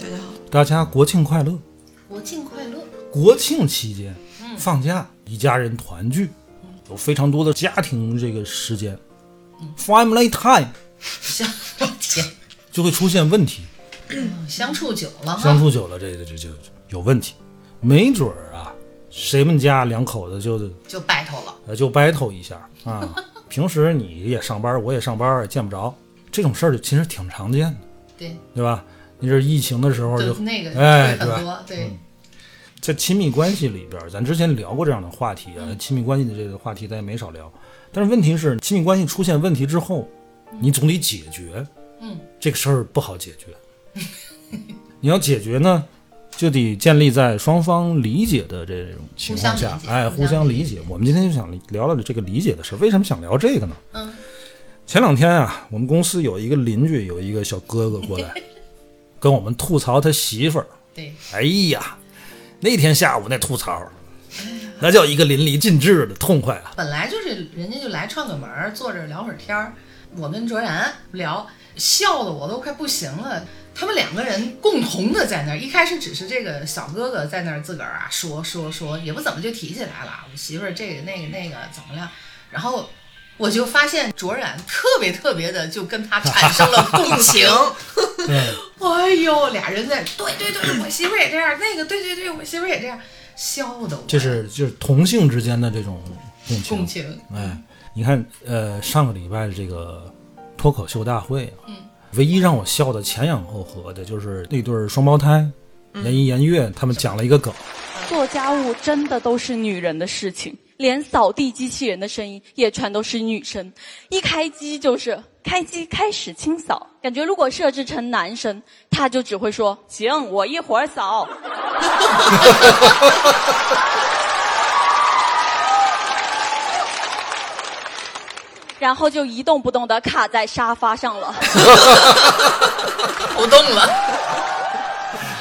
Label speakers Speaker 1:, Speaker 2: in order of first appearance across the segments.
Speaker 1: 大家好。
Speaker 2: 大家国庆快乐！
Speaker 3: 国庆快乐。
Speaker 2: 国庆期间放假，一家人团聚，有非常多的家庭这个时间，family time
Speaker 4: 相天，
Speaker 2: 就会出现问题。
Speaker 4: 相处久了
Speaker 2: 相
Speaker 4: 哈，
Speaker 2: 处久了，这个这就有问题，没准儿啊，谁们家两口子就
Speaker 4: 就 battle 了。
Speaker 2: 呃就 battle 一下啊。平时你也上班，我也上班，也见不着，这种事儿就其实挺常见的，
Speaker 4: 对，
Speaker 2: 对吧？你这疫情的时候
Speaker 4: 就
Speaker 2: 就
Speaker 4: 那个
Speaker 2: 哎，
Speaker 4: 会
Speaker 2: 对
Speaker 4: 很
Speaker 2: 吧？
Speaker 4: 多，对，
Speaker 2: 在亲密关系里边儿，咱之前聊过这样的话题啊，亲密关系的这个话题咱也没少聊。但是问题是，亲密关系出现问题之后，你总得解决，
Speaker 4: 嗯，
Speaker 2: 这个事儿不好解决。你要解决呢，就得建立在双方理解的这种情况
Speaker 4: 互
Speaker 2: 下
Speaker 4: 相理，解
Speaker 2: 哎，互
Speaker 4: 互
Speaker 2: 相
Speaker 4: 相
Speaker 2: 理
Speaker 4: 理
Speaker 2: 解
Speaker 4: 解。
Speaker 2: 我们今天就想聊聊这个理解的事儿。为什么想聊这个呢？
Speaker 4: 嗯，
Speaker 2: 前两天啊，我们公司有一个邻居，有一个小哥哥 过来，跟我们吐槽他媳妇儿。
Speaker 4: 对，
Speaker 2: 哎呀，那天下午那吐槽，那叫一个淋漓尽致的痛快 啊！
Speaker 4: 本来就是人家就来串个门儿，坐这儿聊会儿天儿。我跟卓然聊，笑的我都快不行了。他们两个人共同的在那儿，一开始只是这个小哥哥在那儿自个儿啊说说说， 也不怎么就提起来了。我媳妇儿这个那个那个怎么了？然后我就发现卓然特别特别的就跟他产生了共 情。
Speaker 2: 嗯
Speaker 4: 哎呦，俩人在对对对，我媳妇儿也这样，那个对对对，我媳妇儿也这样，笑的我
Speaker 2: 这是就是同性之间的这种共情。
Speaker 4: 共情，
Speaker 2: 哎，你看，呃，上个礼拜的这个脱口秀大会啊，唯一让我笑的前仰后合的就是那对儿双胞胎，严一严月，他们讲了一个梗，
Speaker 5: 做家务真的都是女人的事情，连扫地机器人的声音也全都是女声，一开机就是开机开始清扫。感觉如果设置成男生，他就只会说行，我一会儿扫。 然后就一动不动的卡在沙发上了。
Speaker 4: 头动了，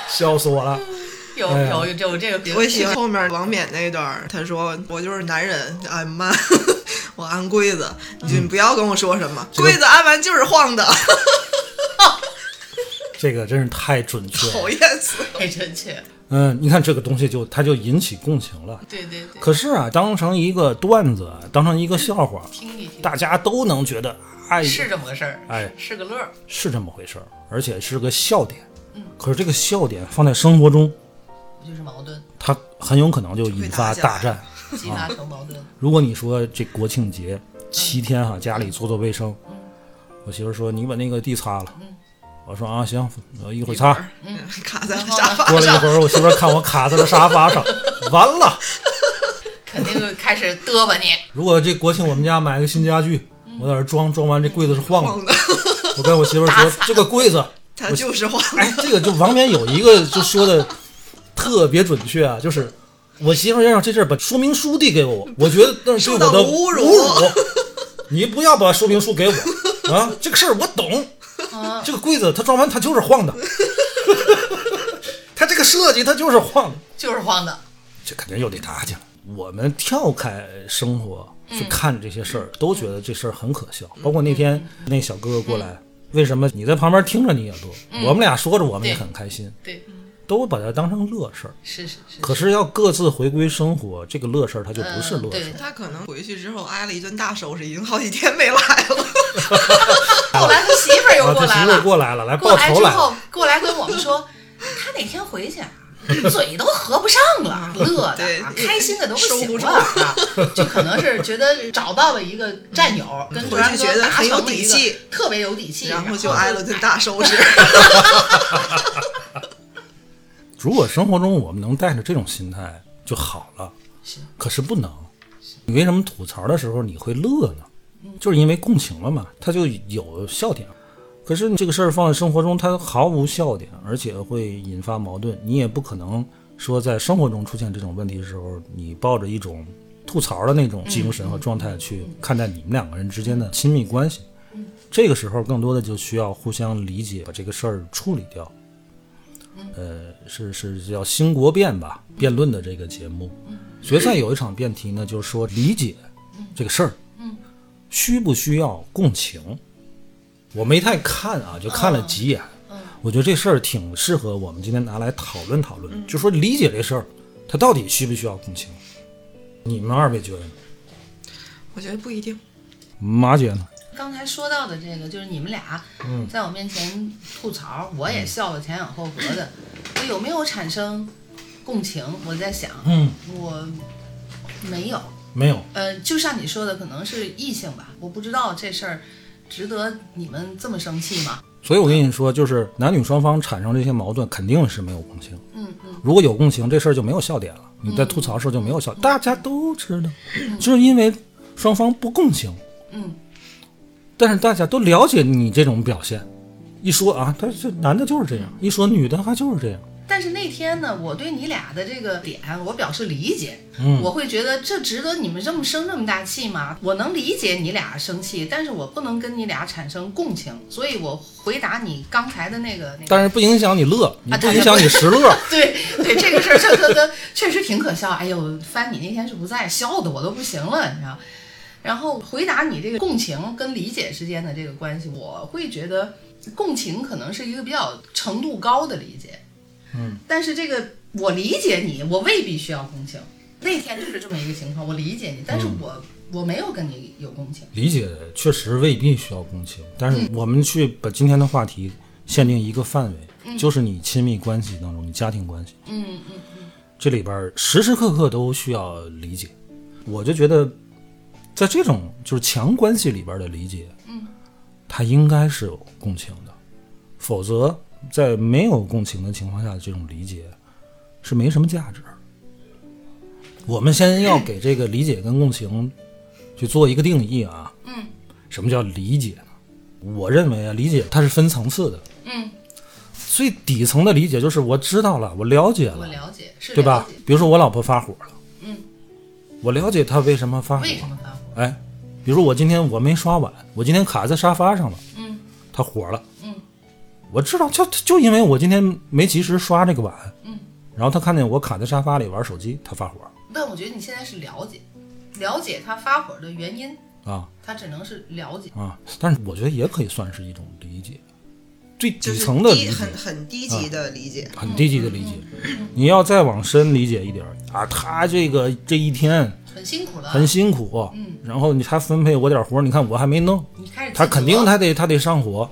Speaker 2: 笑死我了。
Speaker 4: 有
Speaker 2: 哎呀
Speaker 4: 有有这有这个别
Speaker 6: 我喜欢后面王冕那一段儿，他说我就是男人， 俺妈，我按柜子，你
Speaker 1: 嗯
Speaker 6: 就不要跟我说什么，
Speaker 2: 个
Speaker 6: 柜子按完就是晃的，
Speaker 2: 这个真是太准 确
Speaker 6: 讨
Speaker 2: 了。
Speaker 6: 厌死。
Speaker 4: 太真切，
Speaker 2: 嗯，你看这个东西就它就引起共情了。
Speaker 4: 对对对，
Speaker 2: 可是啊，当成一个段子，啊当成一个笑话，
Speaker 4: 听一听，
Speaker 2: 大家都能觉得，哎，
Speaker 4: 是这么个事儿，
Speaker 2: 哎
Speaker 4: 是个乐儿，
Speaker 2: 是这么回事儿，而且是个笑点。可是这个笑点放在生活中，
Speaker 4: 就是矛盾，
Speaker 2: 它很有可能就引发
Speaker 6: 会打
Speaker 2: 大
Speaker 6: 架
Speaker 2: 战。
Speaker 4: 激发成矛盾，
Speaker 2: 如果你说这国庆节七天哈、家里做做卫生，我媳妇儿说你把那个地擦了，我说啊行，我一会儿擦。
Speaker 6: 嗯，卡在了沙发
Speaker 2: 过了一
Speaker 6: 上，
Speaker 2: 会儿，我媳妇儿看我卡在了沙发上，完了。
Speaker 4: 肯定就开始嘚吧你，
Speaker 2: 如果这国庆我们家买个新家具，我在这儿装装完，这柜子是晃的。
Speaker 6: 嗯晃的，
Speaker 2: 我跟我媳妇儿说，这个柜 子，
Speaker 6: 他就是晃的。
Speaker 2: 哎，这个就王冕有一个就说的特别准确啊，就是我媳妇儿要让这阵儿把说明书递给 我，我觉得那是对我
Speaker 6: 受
Speaker 2: 的
Speaker 6: 到侮
Speaker 2: 辱。
Speaker 6: 辱
Speaker 2: 你不要把说明书给我啊，这个事儿我懂。
Speaker 6: 啊
Speaker 2: 这个柜子它装完它就是晃的， 它这个设计它就是晃的，
Speaker 4: 就是慌的，
Speaker 2: 这肯定又得打起来。我们跳开生活
Speaker 4: 嗯
Speaker 2: 去看这些事儿，都觉得这事儿很可笑。包括那天
Speaker 4: 嗯
Speaker 2: 那小哥哥过来，为什么你在旁边听着你也乐？我们俩说着我们也
Speaker 4: 对
Speaker 2: 很开心。
Speaker 4: 嗯对，
Speaker 2: 都把它当成乐事儿。
Speaker 4: 是是是，
Speaker 2: 可是要各自回归生活，这个乐事儿它就不是
Speaker 4: 嗯
Speaker 2: 乐事
Speaker 4: 对
Speaker 2: 儿。，
Speaker 6: 他可能回去之后挨了一顿大收拾，已经好几天没来了。
Speaker 4: 后来他媳妇儿又
Speaker 2: 啊，
Speaker 4: 过
Speaker 2: 这媳
Speaker 4: 来
Speaker 2: 妇
Speaker 4: 了
Speaker 2: 儿，过来了，来
Speaker 4: 过
Speaker 2: 报
Speaker 4: 来
Speaker 2: 仇
Speaker 4: 之
Speaker 2: 来
Speaker 4: 后
Speaker 2: 了。
Speaker 4: 过来跟我们说，他哪天回去啊，嘴都合不上 了，乐的、啊，
Speaker 6: 对
Speaker 4: 开心的都
Speaker 6: 收不
Speaker 4: 行
Speaker 6: 住
Speaker 4: 了、啊，就可能是觉得找到了一个战友，跟卓然哥
Speaker 6: 回去嗯觉得
Speaker 4: 达
Speaker 6: 很有
Speaker 4: 成了一
Speaker 6: 底
Speaker 4: 个
Speaker 6: 气，
Speaker 4: 特别有底气，
Speaker 6: 然
Speaker 4: 然哎
Speaker 6: 后就挨了顿大收拾。
Speaker 2: 如果生活中我们能带着这种心态就好了，可是不能。你为什么吐槽的时候你会乐呢？就是因为共情了嘛，它就有笑点。可是你这个事儿放在生活中，它毫无笑点，而且会引发矛盾。你也不可能说在生活中出现这种问题的时候，你抱着一种吐槽的那种精神和状态去看待你们两个人之间的亲密关系。这个时候，更多的就需要互相理解，把这个事儿处理掉。呃，是是叫兴国辩吧，辩论的这个节目，决赛有一场辩题呢，就是说理解这个事儿，需不需要共情？我没太看啊，就看了几眼，我觉得这事儿挺适合我们今天拿来讨论讨论，就说理解这事儿，它到底需不需要共情？你们二位觉得呢？
Speaker 6: 我觉得不一定。
Speaker 2: 马姐呢？
Speaker 4: 刚才说到的这个，就是你们俩
Speaker 2: 嗯
Speaker 4: 在我面前吐槽，我也笑得前仰后合的，我有没有产生共情？我在想，
Speaker 2: 嗯，
Speaker 4: 我没有。
Speaker 2: 没有，
Speaker 4: 呃，就像你说的，可能是异性吧，我不知道这事儿值得你们这么生气吗？
Speaker 2: 所以我跟你说，就是男女双方产生这些矛盾，肯定是没有共情。
Speaker 4: 嗯嗯，
Speaker 2: 如果有共情，这事儿就没有笑点了。你在吐槽的时候就没有笑，大家都知道，就是因为双方不共情。
Speaker 4: 嗯，
Speaker 2: 但是大家都了解你这种表现，一说啊，他这男的就是这样，一说女的还就是这样。
Speaker 4: 但是那天呢，我对你俩的这个点，我表示理解，
Speaker 2: 嗯
Speaker 4: 我会觉得这值得你们这么生这么大气吗？我能理解你俩生气，但是我不能跟你俩产生共情，所以我回答你刚才的那个那个。
Speaker 2: 但是不影响你乐，你
Speaker 4: 啊
Speaker 2: 不
Speaker 4: 对
Speaker 2: 影响你时乐。
Speaker 4: 对对，这个事儿确确确确实挺可笑。哎呦，翻你那天是不在，笑的我都不行了，你知道。然后回答你这个共情跟理解之间的这个关系，我会觉得共情可能是一个比较程度高的理解，嗯，但是这个我理解你，我未必需要共情。那天就是这么一个情况，我理解你，但
Speaker 2: 嗯
Speaker 4: 是我、我没有跟你有共情。
Speaker 2: 理解确实未必需要共情，但是我们去把今天的话题限定一个范围，就是你亲密关系当中，你家庭关系。
Speaker 4: 嗯嗯，
Speaker 2: 这里边儿时时刻刻都需要理解。我就觉得，在这种就是强关系里边儿的理解，嗯，它应该是有共情的，否则在没有共情的情况下，这种理解是没什么价值。我们先要给这个理解跟共情去做一个定义啊。嗯，什么叫理解呢？我认为啊，理解它是分层次的。嗯，最底层的理解就是我知道了，我了解了，
Speaker 4: 我了解，是
Speaker 2: 对
Speaker 4: 了
Speaker 2: 吧
Speaker 4: 解。？
Speaker 2: 比如说我老婆发火了，嗯，我了解她为什么发火
Speaker 4: 为，什么发火？
Speaker 2: 哎，比如说我今天我没刷碗，我今天卡在沙发上了，嗯，她火了，嗯，我知道，就就因为我今天没及时刷这个碗，嗯，然后她看见我卡在沙发里玩手机，她发火
Speaker 4: 但我觉得你现在是了解，了解他发火的原因，
Speaker 2: 啊
Speaker 4: 他只能是了解。
Speaker 2: 啊！但是我觉得也可以算是一种理解，最
Speaker 6: 就
Speaker 2: 底
Speaker 6: 是
Speaker 2: 层的理
Speaker 6: 低
Speaker 2: 解，嗯
Speaker 6: 很很低级的理解。
Speaker 2: 很低级的理解。你要再往深理解一点儿啊，她这个这一天。
Speaker 4: 很辛苦了，
Speaker 2: 很辛苦，
Speaker 4: 嗯
Speaker 2: 然后你他分配我点活儿，你看我还没弄，
Speaker 4: 你开始
Speaker 2: 他
Speaker 4: 自责
Speaker 2: 肯定他得他得上火，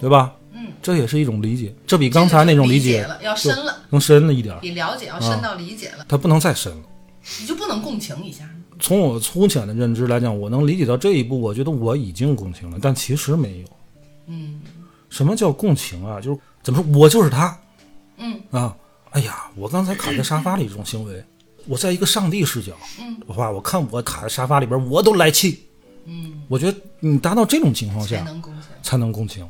Speaker 2: 对吧？这也是一种理解，这比刚才那种
Speaker 4: 嗯这
Speaker 2: 解
Speaker 4: 个就理解了要深了，
Speaker 2: 更深了一点儿，
Speaker 4: 比了解要
Speaker 2: 嗯
Speaker 4: 深到理解了，
Speaker 2: 他不能再深了。
Speaker 4: 你就不能共情一下吗？
Speaker 2: 从我粗浅的认知来讲，我能理解到这一步，我觉得我已经共情了，但其实没有。嗯，什么叫共情啊？就是怎么说，我就是他。嗯啊，哎呀，我刚才卡在沙发里这种行为，我在一个上帝视角，嗯，哇，我看我卡在沙发里边，我都来气。嗯，我觉得你达到这种情况
Speaker 4: 才
Speaker 2: 下
Speaker 4: 能共情。
Speaker 2: 才能共情，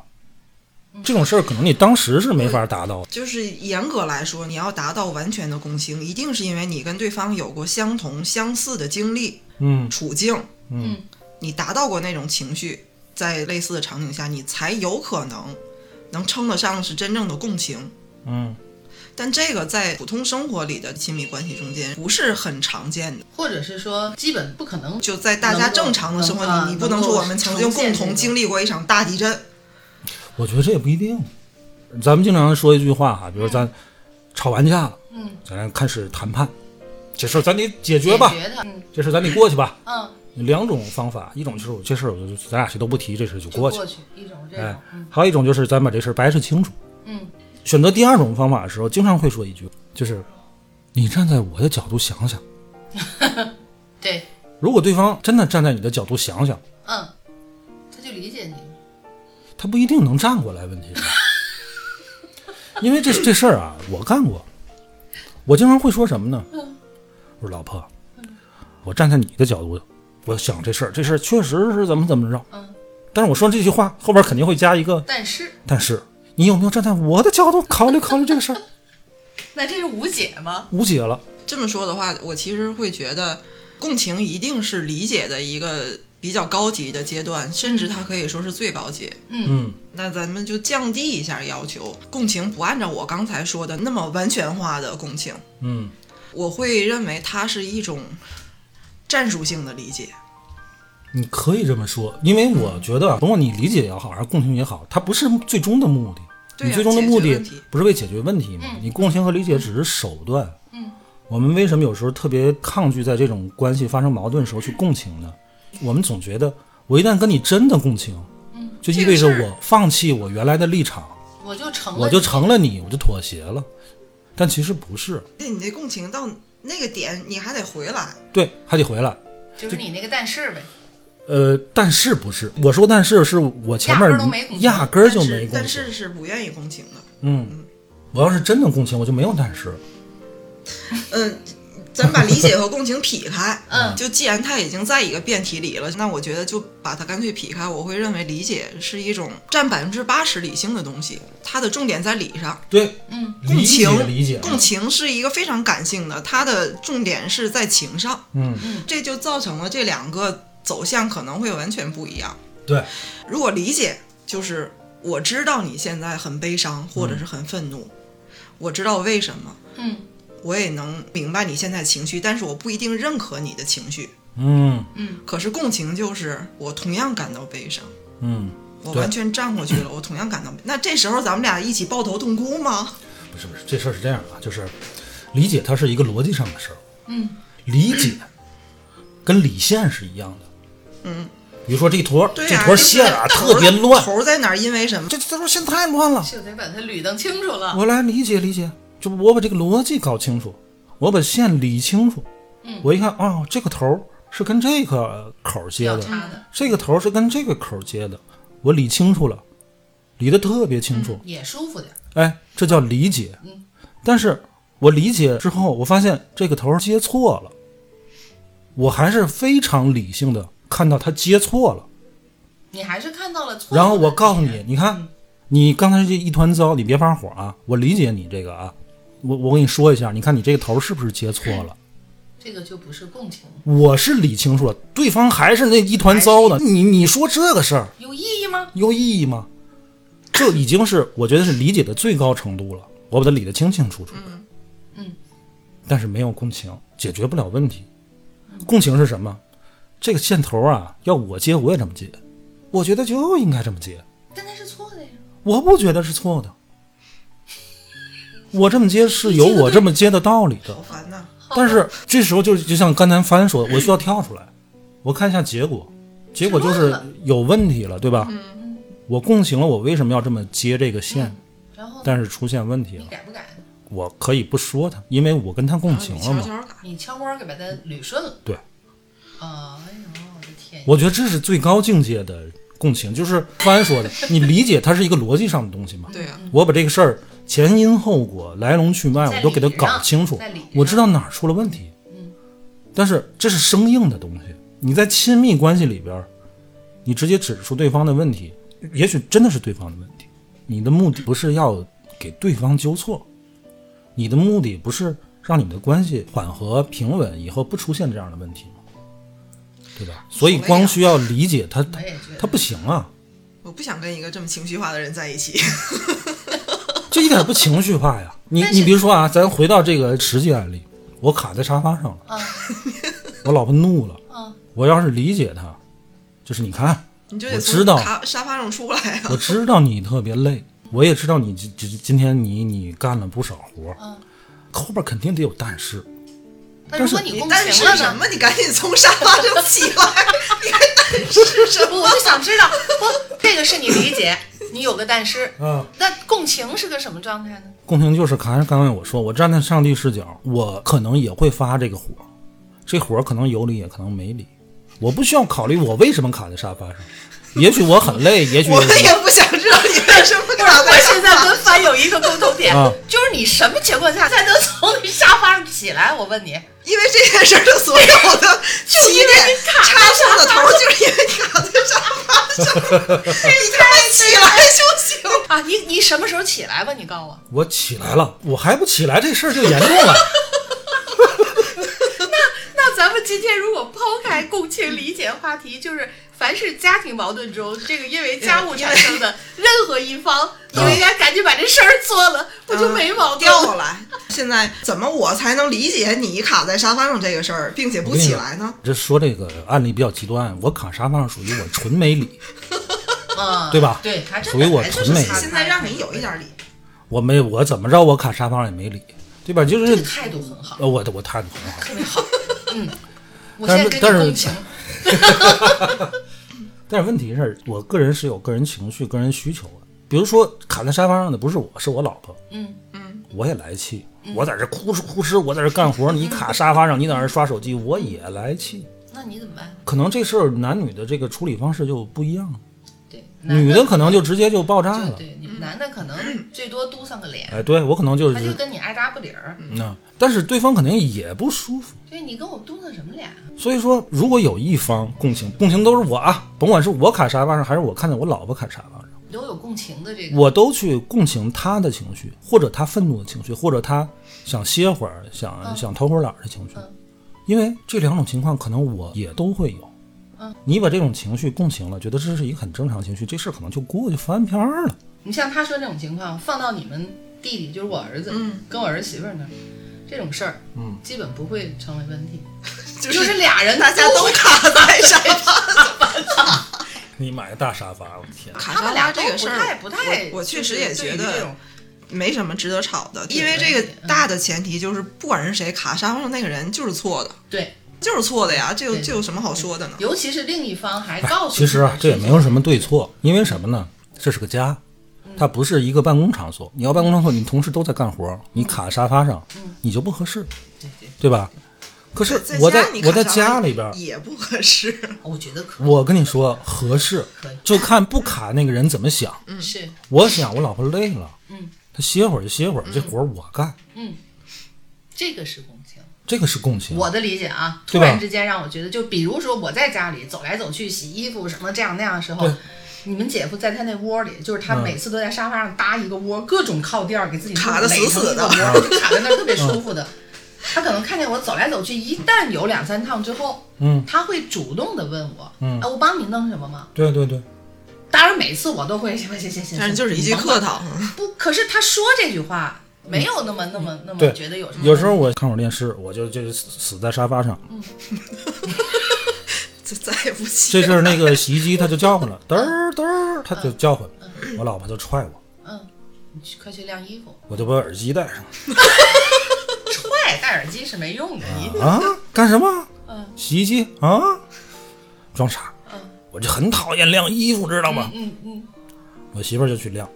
Speaker 2: 这种事儿可能你当时是没法达到的。
Speaker 6: 就是严格来说，你要达到完全的共情，一定是因为你跟对方有过相同、相似的经历、
Speaker 2: 嗯
Speaker 6: 处境，
Speaker 2: 嗯，
Speaker 6: 你达到过那种情绪，在类似的场景下，你才有可能能称得上是真正的共情。
Speaker 2: 嗯，
Speaker 6: 但这个在普通生活里的亲密关系中间不是很常见的，
Speaker 4: 或者是说基本不可能，
Speaker 6: 就在大
Speaker 4: 能
Speaker 6: 家
Speaker 4: 够
Speaker 6: 正常的生活
Speaker 4: 能啊
Speaker 6: 里，你不能
Speaker 4: 能够
Speaker 6: 说我们曾
Speaker 4: 呈
Speaker 6: 经
Speaker 4: 现
Speaker 6: 共
Speaker 4: 这
Speaker 6: 同
Speaker 4: 个
Speaker 6: 经历过一场大地震，
Speaker 2: 我觉得这也不一定。咱们经常说一句话哈，比如咱吵完架了，嗯，咱开始谈判，这事儿咱得解决吧，
Speaker 4: 解决它，嗯
Speaker 2: 这事儿咱得过去吧。
Speaker 4: 嗯，
Speaker 2: 两种方法，一种就是我这事儿我就咱俩谁都不提，这事儿就
Speaker 4: 就
Speaker 2: 过去。
Speaker 4: 去一种这
Speaker 2: 哎
Speaker 4: 种，嗯，
Speaker 2: 还有一种就是咱把这事儿掰扯清楚。
Speaker 4: 嗯，
Speaker 2: 选择第二种方法的时候，经常会说一句，就是你站在我的角度想想，
Speaker 4: 对，
Speaker 2: 如果对方真的站在你的角度想想，
Speaker 4: 嗯，他就理解你了，
Speaker 2: 他不一定能站过来，问题是，因为这这事儿啊，我干过，我经常会说什么呢？我说老婆，我站在你的角度，我想这事儿，这事儿确实是怎么怎么着，但是我说这句话后边肯定会加一个，
Speaker 4: 但是
Speaker 2: 但是你有没有站在我的角度考虑考虑这个事儿？
Speaker 4: 那这是无解吗？
Speaker 2: 无解了，
Speaker 6: 这么说的话，我其实会觉得，共情一定是理解的一个比较高级的阶段，甚至它可以说是最高级。
Speaker 2: 嗯，
Speaker 6: 那咱们就降低一下要求，共情不按照我刚才说的那么完全化的共情，
Speaker 2: 嗯，
Speaker 6: 我会认为它是一种战术性的理解。
Speaker 2: 你可以这么说，因为我觉得啊，甭管你理解也好，还是共情也好，它不是最终的目的。
Speaker 6: 对啊
Speaker 2: 你最终的目
Speaker 6: 解决
Speaker 2: 的
Speaker 6: 问题
Speaker 2: 不是为解决问题吗？你共情和理解只是手段。嗯，我们为什么有时候特别抗拒在这种关系发生矛盾的时候去共情呢？我们总觉得，我一旦跟你真的共情，就意味着
Speaker 4: 这个事儿
Speaker 2: 我放弃我原来的立场，
Speaker 4: 我就成了，
Speaker 2: 我就成了你，我就妥协了。但其实不是，
Speaker 6: 那你那共情到那个点，你还得回来。
Speaker 2: 对，还得回来。
Speaker 4: 就是你那个但是呗。
Speaker 2: 呃，但是不是？我说但是是我前
Speaker 4: 压根儿都没
Speaker 2: 面
Speaker 4: 共情
Speaker 2: 压根儿就没共情，
Speaker 6: 但是是不愿意共情的。
Speaker 2: 嗯，我要是真的共情，我就没有但是。
Speaker 6: 嗯，咱把理解和共情劈开，
Speaker 4: 嗯
Speaker 6: 就既然它已经在一个辩题里了，那我觉得就把它干脆劈开。我会认为理解是一种占百分之八十理性的东西，它的重点在理上。
Speaker 2: 对，
Speaker 4: 嗯，
Speaker 2: 理
Speaker 6: 共
Speaker 2: 解
Speaker 6: 情
Speaker 2: 理解，
Speaker 6: 共情是一个非常感性的，它的重点是在情上，
Speaker 2: 嗯，
Speaker 6: 这就造成了这两个走向可能会完全不一样。
Speaker 2: 对，
Speaker 6: 如果理解就是我知道你现在很悲伤或者是很愤怒，我知道为什么，
Speaker 4: 嗯，
Speaker 6: 我也能明白你现在情绪，但是我不一定认可你的情绪。
Speaker 2: 嗯
Speaker 6: 可是共情就是我同样感到悲伤，
Speaker 2: 嗯，
Speaker 6: 我
Speaker 2: 对
Speaker 6: 完全站过去了，我同样感到悲。那这时候咱们俩一起抱头痛哭吗？
Speaker 2: 不是不是，这事儿是这样啊，就是理解它是一个逻辑上的事儿，嗯，理解跟理线是一样的，嗯，比如说这坨、
Speaker 6: 对
Speaker 2: 这
Speaker 6: 呀、
Speaker 2: 坨
Speaker 6: 就是
Speaker 2: 线啊
Speaker 6: 头
Speaker 2: 特别乱，
Speaker 6: 头在哪儿？因为什么？
Speaker 2: 这这坨线太乱了，
Speaker 4: 就得把它捋当清楚了。
Speaker 2: 我来理解理解，就我把这个逻辑搞清楚，我把线理清楚。我一看啊、哦，这个头儿是跟这个口儿接
Speaker 4: 要
Speaker 2: 的，
Speaker 4: 插的
Speaker 2: 这个头儿是跟这个口儿接的，我理清楚了，理得特别清楚。
Speaker 4: 也舒服点儿，
Speaker 2: 哎，这叫理解。但是我理解之后，我发现这个头儿接错了，我还是非常理性的看到他接错了。
Speaker 4: 你还是看到了错误的点。
Speaker 2: 然后我告诉你，你看，你刚才这一团糟，你别发火啊！我理解你这个啊，我我跟你说一下，你看你这个头是不是接错了？
Speaker 4: 这个就不是共情，
Speaker 2: 我是理清楚了，对方还是那一团糟呢。你你说这个事儿
Speaker 4: 有意义吗？
Speaker 2: 有意义吗？这已经是我觉得是理解的最高程度了，我把它理得清清楚楚的。嗯，但是没有共情，解决不了问题。共情是什么？这个线头啊，要我接我也这么接，我觉得就应该这么接。
Speaker 4: 但它是错的呀。
Speaker 2: 我不觉得是错的。我这么接是有我这么接的道理的，
Speaker 6: 好烦呐、
Speaker 2: 但是这时候就就像刚才帆说的，我需要跳出来，我看一下结果，结果就是有问题了，对吧？
Speaker 6: 嗯
Speaker 2: 我共情了，我为什么要这么接这个线？
Speaker 4: 然后
Speaker 2: 但是出现问题了
Speaker 4: 你，改不改？
Speaker 2: 我可以不说他，因为我跟他共情
Speaker 6: 你
Speaker 2: 了
Speaker 6: 悄
Speaker 2: 嘛。
Speaker 6: 悄改。
Speaker 4: 你悄摸给把它捋顺了。
Speaker 2: 对，
Speaker 4: 啊、哎呦，我的天！
Speaker 2: 我觉得这是最高境界的共情，就是帆说的，你理解它是一个逻辑上的东西嘛？
Speaker 6: 对呀、
Speaker 2: 我把这个事儿前因后果、来龙去脉，
Speaker 4: 嗯在
Speaker 2: 我都给它
Speaker 4: 理上
Speaker 2: 搞清楚
Speaker 4: 在理上，嗯
Speaker 2: 我知道哪儿出了问题。但是这是生硬的东西，你在亲密关系里边儿，你直接指出对方的问题，也许真的是对方的问题。你的目的不是要给对方纠错，你的目的不是让你们的关系缓和平稳，以后不出现这样的问题吗？对吧？所以光需要理解他，他
Speaker 4: 啊我也觉得
Speaker 2: 他不行啊，
Speaker 6: 我不想跟一个这么情绪化的人在一起。
Speaker 2: 这一点不情绪化呀。你
Speaker 4: 但是
Speaker 2: 你比如说啊，咱回到这个实际案例，我卡在沙发上了，
Speaker 6: 嗯
Speaker 2: 我老婆怒了，我要是理解她，就是你看，
Speaker 6: 你就
Speaker 2: 我
Speaker 6: 得
Speaker 2: 知
Speaker 6: 从
Speaker 2: 道
Speaker 6: 他沙发上出来啊！
Speaker 2: 我知道你特别累，我也知道你今今今天你你干了不少活，
Speaker 6: 嗯
Speaker 2: 后边肯定得有但是，
Speaker 4: 那如果
Speaker 2: 但
Speaker 4: 你
Speaker 6: 你
Speaker 4: 共
Speaker 6: 但是
Speaker 4: 情了
Speaker 6: 什
Speaker 4: 呢？
Speaker 6: 么？你赶紧从沙发上起来！ 你还但是什
Speaker 4: 不，
Speaker 6: 么？
Speaker 4: 我就想知道，不，这个是你理解，你有个但是。
Speaker 2: 嗯，
Speaker 4: 那共情是个什么状态 呢？
Speaker 2: 共情就是还是刚才我说，我站在上帝视角，我可能也会发这个火，这火可能有理也可能没理，我不需要考虑我为什么卡在沙发上， 也许我很累，也许
Speaker 6: 我们也不想知道你为什么卡
Speaker 4: 我
Speaker 6: 在
Speaker 4: 啊现在跟凡有一个共同点
Speaker 2: 啊，
Speaker 4: 就是你什么情况下才能从你沙发上起来，我问你，
Speaker 6: 因为这件事儿的所有 的起点插上的头儿，就是因为你卡在沙发上， 你他妈起来就行。
Speaker 4: 啊，你你什么时候起来吧？你告诉我。
Speaker 2: 我起来了，我还不起来，这事儿就严重 了。
Speaker 4: 那 咱们今天如果抛开共情理解话题，就是凡是家庭矛盾中，这个因为家务产生的任何一方，你们应该赶紧把这事儿做了，不就没矛盾
Speaker 6: 掉
Speaker 4: 嗯了？
Speaker 6: 来。现在怎么我才能理解你卡在沙发上这个事儿，并且
Speaker 2: 我
Speaker 6: 不
Speaker 2: 跟你
Speaker 6: 起
Speaker 2: 讲
Speaker 6: 来呢？？
Speaker 2: 这说这个案例比较极端，我卡沙发上属于我纯没理，
Speaker 4: 嗯，
Speaker 2: 对吧
Speaker 4: 对，还真
Speaker 2: 属于我
Speaker 4: 还真
Speaker 2: 纯
Speaker 4: 是
Speaker 2: 美
Speaker 4: 差
Speaker 6: 现在让你有一点理，
Speaker 2: 我没我怎么着我卡沙发上也没理，对吧？就
Speaker 4: 这个
Speaker 2: 是
Speaker 4: 态度很好，
Speaker 2: 呃我的我态度很好，
Speaker 4: 特别好。嗯，我
Speaker 2: 但
Speaker 4: 现
Speaker 2: 是
Speaker 4: 在跟
Speaker 2: 但是呃
Speaker 4: 你共情，
Speaker 2: 但是问题是我个人是有个人情绪、个人需求的。比如说卡在沙发上的不是我，是我老婆，
Speaker 4: 嗯
Speaker 2: 我也来气，我在这哭哧哭哧，我在这干活， 你卡沙发上，你在那刷手机，我也来气。
Speaker 4: 那你怎么办？
Speaker 2: 可能这事儿男女的这个处理方式就不一样了，
Speaker 4: 对，
Speaker 2: 女
Speaker 4: 的
Speaker 2: 的可能就直接就爆炸
Speaker 4: 对
Speaker 2: 了。
Speaker 4: 对，你男的可能最多嘟上个脸，
Speaker 2: 哎，对我可能就
Speaker 4: 他就是跟你爱搭不理儿。
Speaker 2: 那、但是对方肯定也不舒服。
Speaker 4: 对你跟我嘟囔什么脸啊？
Speaker 2: 所以说，如果有一方共情，共情都是我啊，甭管是我卡沙发上，还是我看见我老婆卡沙发上，
Speaker 4: 你都有共情的这个，
Speaker 2: 我都去共情他的情绪，或者他愤怒的情绪，或者他想歇会儿、想、想偷会儿懒儿的情绪，
Speaker 4: 嗯
Speaker 2: 因为这两种情况可能我也都会有。你把这种情绪共情了，觉得这是一个很正常情绪，这事儿可能就过去翻篇儿了。
Speaker 4: 你像他说这种情况，放到你们弟弟，就是我儿子，
Speaker 6: 嗯
Speaker 4: 跟我儿媳妇儿那儿，这种事儿，嗯，基本不会成为问题，
Speaker 6: 就
Speaker 4: 就是俩人
Speaker 6: 大家都
Speaker 4: 会
Speaker 6: 卡在沙发。
Speaker 2: 你买个大沙发，我天！
Speaker 6: 卡
Speaker 4: 他
Speaker 6: 沙
Speaker 4: 们俩
Speaker 6: 发
Speaker 4: 都
Speaker 6: 这个事
Speaker 4: 不太
Speaker 6: 儿，
Speaker 4: 不太，
Speaker 6: 我我确
Speaker 4: 就
Speaker 6: 实
Speaker 4: 是
Speaker 6: 也
Speaker 4: 对
Speaker 6: 觉
Speaker 4: 于这
Speaker 6: 得
Speaker 4: 种
Speaker 6: 没什么值得吵的，因为
Speaker 4: 对
Speaker 6: 这个
Speaker 4: 对嗯
Speaker 6: 大的前提就是，不管是谁卡沙发上那个人就是错的，
Speaker 4: 对，
Speaker 6: 就是错的呀，这有
Speaker 4: 对
Speaker 6: 这有什么好说的呢？
Speaker 4: 尤其是另一方还告诉你
Speaker 2: 其实啊，
Speaker 4: 事
Speaker 2: 这也
Speaker 4: 情
Speaker 2: 没有什么对错，因为什么呢？这是个家，它不是一个办公场所。你要办公场所，你同事都在干活，你卡沙发上，你就不合适，
Speaker 4: 对对，
Speaker 2: 对吧？可是
Speaker 6: 在
Speaker 2: 我在
Speaker 6: 你
Speaker 2: 我
Speaker 6: 卡
Speaker 2: 在
Speaker 6: 沙发
Speaker 2: 家里边，
Speaker 6: 也不合适，
Speaker 4: 我觉得可
Speaker 2: 我跟你说合适
Speaker 4: 可以，
Speaker 2: 就看不卡那个人怎么想。
Speaker 6: 嗯
Speaker 4: 是
Speaker 2: 我想我老婆累了，
Speaker 4: 嗯，
Speaker 2: 她歇会儿就歇会儿，这活儿我干，
Speaker 4: 这个是共情。
Speaker 2: 这个是共情。
Speaker 4: 我的理解啊，
Speaker 2: 对
Speaker 4: 突
Speaker 2: 吧
Speaker 4: 然之间让我觉得，就比如说我在家里走来走去、洗衣服什么这样那样的时候
Speaker 2: 对，
Speaker 4: 你们姐夫在他那窝里，就是他
Speaker 2: 嗯
Speaker 4: 每次都在沙发上搭一个窝，各种靠垫儿给自己
Speaker 6: 卡得死死的
Speaker 4: 垒成一个窝，就卡在那儿
Speaker 2: 嗯
Speaker 4: 特别舒服的。他可能看见我走来走去，一旦有两三趟之后，
Speaker 2: 嗯，
Speaker 4: 他会主动的问我，
Speaker 2: 嗯
Speaker 4: 啊，我帮你弄什么吗？
Speaker 2: 对对对，
Speaker 4: 当然每次我都会行行行行行，
Speaker 6: 但是就是一句
Speaker 4: 你甭管
Speaker 6: 客套。嗯
Speaker 4: 不，可是他说这句话没有那么那么那么
Speaker 2: 对
Speaker 4: 觉得有什么问题，嗯
Speaker 2: 有时候我看会儿电视，我就就死死在沙发上，
Speaker 6: 这再也不行
Speaker 2: 这阵儿那个洗衣机它就叫唤了，嘚儿嘚儿，它就叫唤，我老婆就踹我，
Speaker 4: 嗯，你去快去晾衣服。
Speaker 2: 我就把耳机戴上
Speaker 4: 坏，戴耳机是没用的。你
Speaker 2: 了啊，干什么？
Speaker 4: 嗯
Speaker 2: 洗衣机啊，装傻，我就很讨厌晾衣服，知道吗？
Speaker 4: 嗯嗯，
Speaker 2: 我媳妇儿就去晾，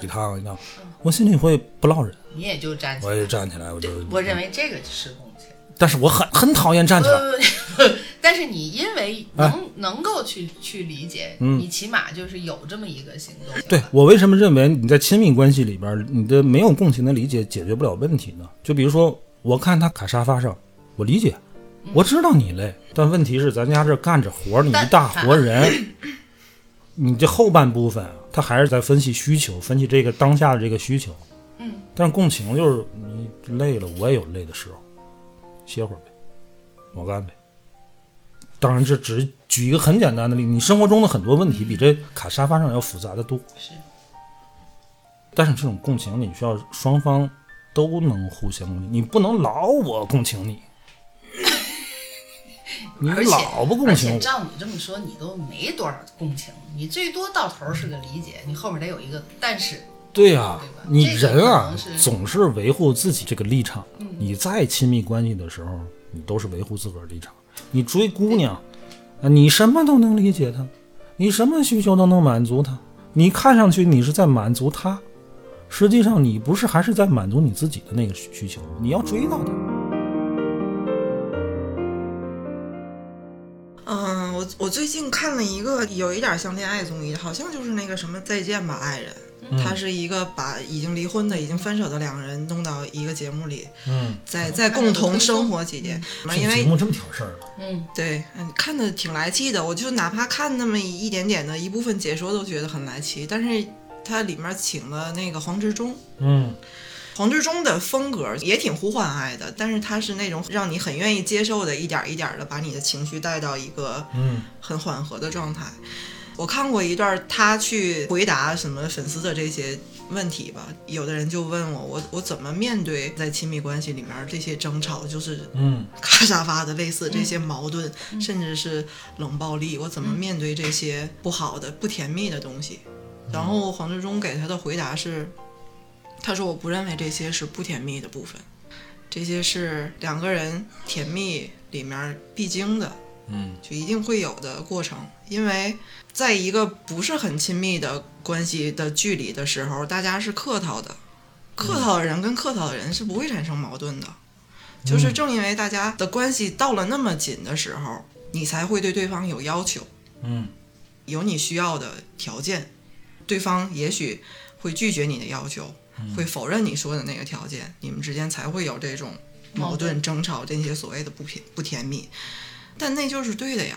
Speaker 2: 一趟一趟，我心里会不落忍，
Speaker 4: 你也就站起
Speaker 2: 我
Speaker 4: 来。
Speaker 2: 也站起来，我就，
Speaker 4: 我认为这个是共情。
Speaker 2: 但是我很很讨厌站起来，
Speaker 4: 不不不， 但是你因为能能够去去理解，你起码就是有这么一个行动。
Speaker 2: 嗯对
Speaker 4: 吧
Speaker 2: 我为什么认为你在亲密关系里边儿，你的没有共情的理解解决不了问题呢？就比如说，我看他卡沙发上，我理解，我知道你累，但问题是咱家这干着活儿，你
Speaker 4: 但
Speaker 2: 一大活人， 你这后半部分啊，他还是在分析需求，分析这个当下的这个需求。嗯，但是共情就是你累了，我也有累的时候，歇会儿呗，我干呗。当然，这只举一个很简单的例子，你生活中的很多问题比这卡沙发上要复杂的多。
Speaker 4: 是
Speaker 2: 但是这种共情，你需要双方都能互相共情，你不能老我共情 你，你
Speaker 4: 而且
Speaker 2: 老不共
Speaker 4: 而
Speaker 2: 情
Speaker 4: 且
Speaker 2: 我，
Speaker 4: 照你这么说，你都没多少共情，你最多到头是个理解，你后面得有一个但是。
Speaker 2: 对呀、
Speaker 4: 对吧
Speaker 2: 你
Speaker 4: 这个
Speaker 2: 人啊
Speaker 4: 可能是嗯
Speaker 2: 总是维护自己这个立场，你再亲密关系的时候，你都是维护自个儿立场。你追姑娘，啊你什么都能理解她，你什么需求都能满足她，你看上去你是在满足她，实际上你不是还是在满足你自己的那个需需求，你要追到她。
Speaker 6: 嗯，我我最近看了一个有一点像恋爱综艺，好像就是那个什么《再见吧爱人》。
Speaker 4: 嗯
Speaker 6: 它是一个把已经离婚的、已经分手的两个人弄到一个节目里，
Speaker 2: 嗯，
Speaker 6: 在在共同生活几年，
Speaker 2: 这
Speaker 6: 因
Speaker 2: 节
Speaker 6: 为
Speaker 2: 目这么挑事儿啊吗？
Speaker 4: 嗯，
Speaker 6: 对，嗯，看的挺来气的。我就哪怕看那么一点点的一部分解说，都觉得很来气。但是它里面请了那个黄执中，
Speaker 2: 嗯
Speaker 6: 黄执中的风格也挺呼唤爱的，但是他是那种让你很愿意接受的，一点儿一点的把你的情绪带到一个
Speaker 2: 嗯
Speaker 6: 很缓和的状态。我看过一段他去回答什么粉丝的这些问题吧，有的人就问我，我我怎么面对在亲密关系里面这些争吵，就是
Speaker 2: 嗯
Speaker 6: 咔沙发的类似这些矛盾，甚至是冷暴力，我怎么面对这些不好的、不甜蜜的东西？然后黄志忠给他的回答是，他说我不认为这些是不甜蜜的部分，这些是两个人甜蜜里面必经的，
Speaker 2: 嗯
Speaker 6: 就一定会有的过程，因为在一个不是很亲密的关系的距离的时候，大家是客套的，客套的人跟客套的人是不会产生矛盾的，就是正因为大家的关系到了那么紧的时候，你才会对对方有要求，
Speaker 2: 嗯
Speaker 6: 有你需要的条件，对方也许会拒绝你的要求，会否认你说的那个条件，你们之间才会有这种矛盾、争吵这些所谓的不平不甜蜜。但那就是对的呀，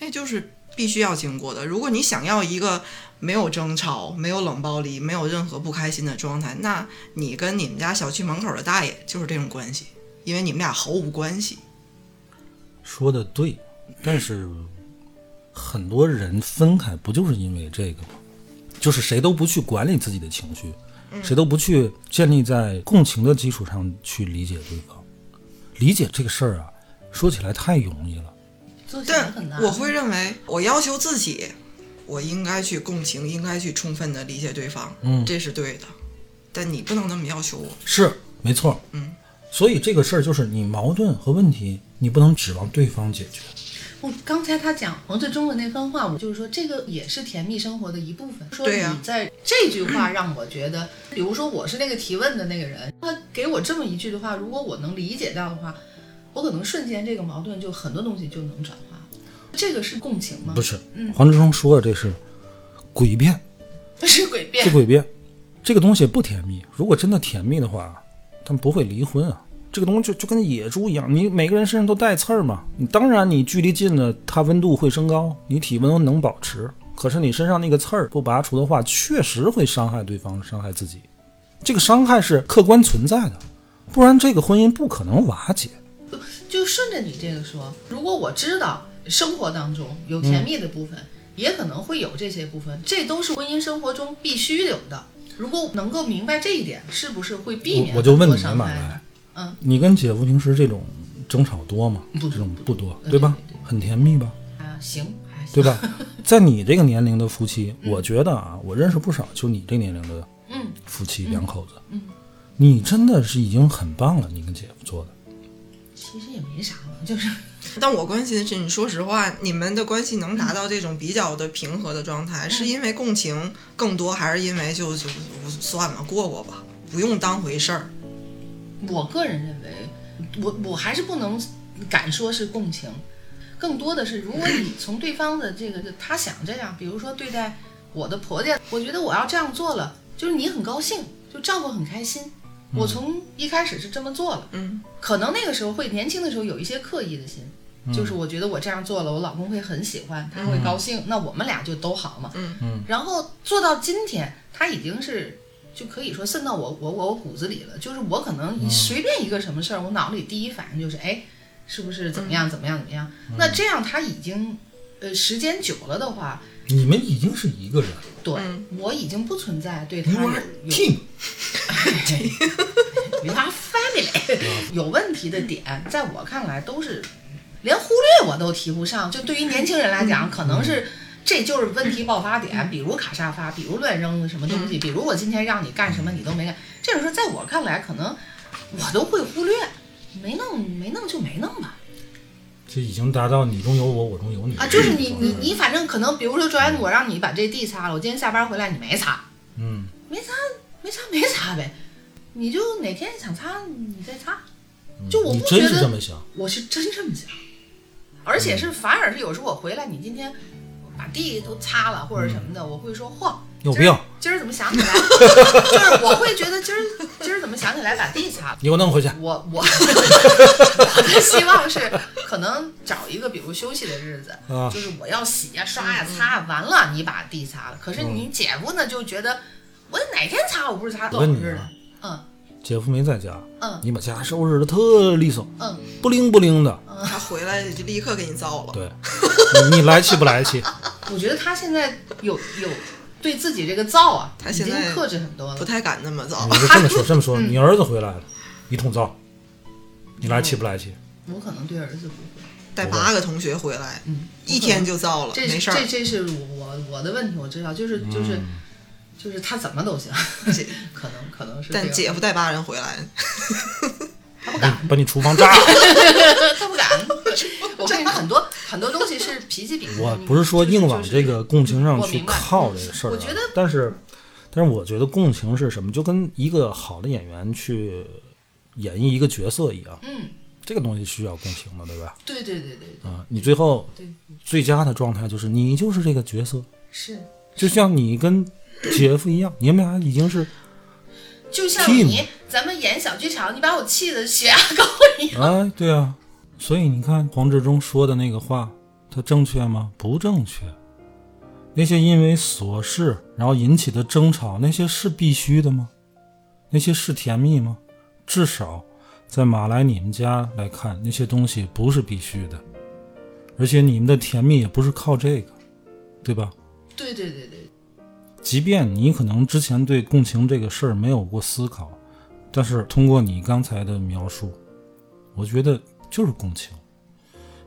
Speaker 6: 那就是必须要经过的。如果你想要一个没有争吵、没有冷暴力、没有任何不开心的状态，那你跟你们家小区门口的大爷就是这种关系，因为你们俩毫无关系。
Speaker 2: 说的对，但是很多人分开不就是因为这个吗？就是谁都不去管理自己的情绪，谁都不去建立在共情的基础上去理解对方。理解这个事儿啊，说起来太容易了。
Speaker 4: 做起来
Speaker 6: 但
Speaker 4: 很难。
Speaker 6: 我会认为，我要求自己，我应该去共情，应该去充分的理解对方，
Speaker 2: 嗯
Speaker 6: 这是对的。但你不能那么要求我，
Speaker 2: 是，没错。
Speaker 6: 嗯，
Speaker 2: 所以这个事儿就是你矛盾和问题，你不能指望对方解决。
Speaker 4: 我刚才他讲黄志忠的那番话，我就是说这个也是甜蜜生活的一部分。说
Speaker 6: 对
Speaker 4: 你
Speaker 6: 呀
Speaker 4: 在这句话让我觉得，比如说我是那个提问的那个人，他给我这么一句的话，如果我能理解到的话，我可能瞬间这个矛盾就很多东西就能转化。这个是共情吗？
Speaker 2: 不，是，
Speaker 4: 嗯
Speaker 2: 黄志忠说的这是诡辩，
Speaker 4: 这是诡辩
Speaker 2: 是。诡辩。这个东西不甜蜜，如果真的甜蜜的话，他们不会离婚啊。这个东西就就跟野猪一样，你每个人身上都带刺儿嘛。你当然你距离近了，它温度会升高，你体温能保持。可是你身上那个刺儿不拔除的话，确实会伤害对方，伤害自己。这个伤害是客观存在的，不然这个婚姻不可能瓦解。
Speaker 4: 就顺着你这个说，如果我知道生活当中有甜蜜的部分，也可能会有这些部分，这都是婚姻生活中必须有的。如果能够明白这一点，是不是会避免
Speaker 2: 我我就问你
Speaker 4: 很多伤
Speaker 2: 马
Speaker 4: 害呢
Speaker 2: 来？，
Speaker 4: 嗯，
Speaker 2: 你跟姐夫平时这种争吵多吗？
Speaker 4: 不多
Speaker 2: 这种
Speaker 4: 不
Speaker 2: 不多，
Speaker 4: 嗯
Speaker 2: 对吧
Speaker 4: 对对？
Speaker 2: 很甜蜜吧？
Speaker 4: 啊，行，还行
Speaker 2: 对？吧？在你这个年龄的夫妻，我觉得啊，我认识不少就你这年龄的
Speaker 4: 嗯
Speaker 2: 夫妻两口子，嗯，你真的是已经很棒了，你跟姐夫做的，
Speaker 4: 其实也没啥嘛，就是
Speaker 6: 但我关心的是，你说实话，你们的关系能达到这种比较的平和的状态，
Speaker 4: 嗯
Speaker 6: 是因为共情更多，还是因为就就就算了，过过吧，不用当回事儿？
Speaker 4: 我个人认为，我我还是不能敢说是共情，更多的是如果你从对方的这个他想这样，比如说对待我的婆家，我觉得我要这样做了，就是你很高兴，就丈夫很开心。我从一开始是这么做了，
Speaker 6: 嗯，
Speaker 4: 可能那个时候会年轻的时候有一些刻意的心，就是我觉得我这样做了，我老公会很喜欢，他会高兴，那我们俩就都好嘛。
Speaker 6: 嗯
Speaker 2: 嗯
Speaker 4: 然后做到今天，他已经是就可以说渗到我我我骨子里了，就是我可能一随便一个什么事儿，我脑子里第一反应就是哎，是不是怎么样怎么样怎么样？那这样他已经呃时间久了的话，
Speaker 2: 你们已经是一个人了
Speaker 4: 对、
Speaker 6: 嗯
Speaker 4: 我已经不存在对他
Speaker 2: ，you
Speaker 4: 有
Speaker 2: are
Speaker 4: 有
Speaker 2: team，
Speaker 4: 与他 family 有问题的点，在我看来都是连忽略我都提不上。就对于年轻人来
Speaker 2: 嗯
Speaker 4: 讲，可能是这就是问题爆发点，比如卡沙发，比如乱扔的什么东
Speaker 2: 嗯
Speaker 4: 西，比如我今天让你干什么你都没干。这种事在我看来，可能我都会忽略，没弄没弄就没弄吧。
Speaker 2: 这已经达到你中有我，我中有你
Speaker 4: 啊，就是
Speaker 2: 嗯
Speaker 4: 你你你，反正可能，比如说昨天我让你把这地擦了，我今天下班回来你没擦，
Speaker 2: 嗯，
Speaker 4: 没擦，没擦，没擦呗。你就哪天想擦你再擦，就我
Speaker 2: 嗯你
Speaker 4: 不觉
Speaker 2: 真是
Speaker 4: 得
Speaker 2: 这么想，
Speaker 4: 我是真这么想，而且是反而是有时候我回来，你今天把地都擦了或者什么的，我会说嚯，
Speaker 2: 有
Speaker 4: 今
Speaker 2: 病
Speaker 4: 儿，今儿怎么想起来？ 就是我会觉得今儿今儿怎么想起来把地擦了。
Speaker 2: 你给我弄回去。
Speaker 4: 我 我我的希望是，可能找一个比如休息的日子，
Speaker 2: 啊
Speaker 4: 就是我要洗呀、刷呀、擦呀，完了你把地擦了。可是
Speaker 2: 嗯
Speaker 4: 你姐夫呢，就觉得我哪天擦我不是擦
Speaker 2: 我
Speaker 4: 多少
Speaker 2: 问
Speaker 4: 日
Speaker 2: 你
Speaker 4: 的
Speaker 2: 啊，
Speaker 4: 嗯
Speaker 2: 姐夫没在家，
Speaker 4: 嗯
Speaker 2: 你把家收拾的特利索，
Speaker 4: 嗯，
Speaker 2: 不灵不灵的。
Speaker 6: 他回来就立刻给你造了。
Speaker 2: 对， 你你来气不来气？
Speaker 4: 我觉得他现在有有对自己这个造啊，
Speaker 6: 他
Speaker 4: 已
Speaker 6: 现
Speaker 4: 经
Speaker 6: 在
Speaker 4: 克制很多
Speaker 6: 不
Speaker 4: 了。
Speaker 6: 太敢那么造
Speaker 2: 你，啊就这么说， 这么说，
Speaker 4: 嗯
Speaker 2: 你儿子回来了，一通造，你来气不来气？
Speaker 4: 我可能对儿子不会，
Speaker 6: 带八个同学回来，
Speaker 4: 嗯，
Speaker 6: 一天就造了，
Speaker 4: 这
Speaker 6: 没
Speaker 4: 是
Speaker 6: 事
Speaker 4: 这
Speaker 6: 儿。
Speaker 4: 这是我我的问题，我知道，就是就是。就是他怎么都行，
Speaker 6: 姐
Speaker 4: 可能可能是这
Speaker 6: 但
Speaker 4: 样
Speaker 6: 姐夫带八人回来，
Speaker 4: 他嗯不敢，
Speaker 2: 把你厨房炸了！
Speaker 4: 他不敢。我跟你说，很多很多东西是脾气比不
Speaker 2: 我
Speaker 4: 上
Speaker 2: 不是说硬往
Speaker 4: 就是
Speaker 2: 这个共情上
Speaker 4: 我
Speaker 2: 去
Speaker 4: 明白
Speaker 2: 靠这个事儿啊，
Speaker 4: 我觉得
Speaker 2: 但是，但是我觉得共情是什么？就跟一个好的演员去演绎一个角色一样，
Speaker 4: 嗯，
Speaker 2: 这个东西需要共情的，对吧？
Speaker 4: 对对对对对，
Speaker 2: 啊，你最后
Speaker 4: 对
Speaker 2: 最佳的状态就是你就是这个角色，
Speaker 4: 是。
Speaker 2: 就像你跟姐夫一样，你们俩已经是
Speaker 4: 就像你，咱们演小剧场，你把我气的血压高一样。
Speaker 2: 哎，对啊，所以你看黄志忠说的那个话，他正确吗？不正确。那些因为琐事然后引起的争吵，那些是必须的吗？那些是甜蜜吗？至少在马来你们家来看，那些东西不是必须的，而且你们的甜蜜也不是靠这个，对吧？
Speaker 4: 对对对对，
Speaker 2: 即便你可能之前对共情这个事儿没有过思考，但是通过你刚才的描述，我觉得就是共情。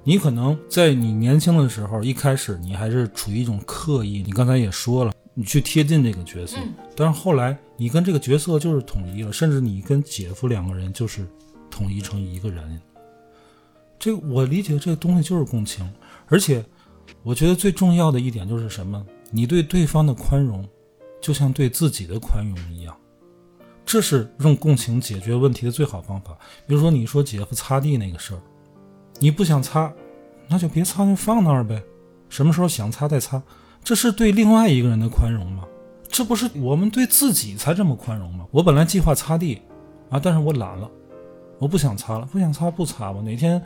Speaker 2: 你可能在你年轻的时候，一开始你还是处于一种刻意，你刚才也说了，你去贴近这个角色，但是后来你跟这个角色就是统一了，甚至你跟姐夫两个人就是统一成一个人。这个我理解，这个东西就是共情，而且我觉得最重要的一点就是什么？你对对方的宽容，就像对自己的宽容一样，这是用共情解决问题的最好方法。比如说，你说姐夫擦地那个事儿，你不想擦，那就别擦，就放那儿呗，什么时候想擦再擦，这是对另外一个人的宽容吗？这不是我们对自己才这么宽容吗？我本来计划擦地，啊，但是我懒了，我不想擦了，不想擦不擦吧，哪天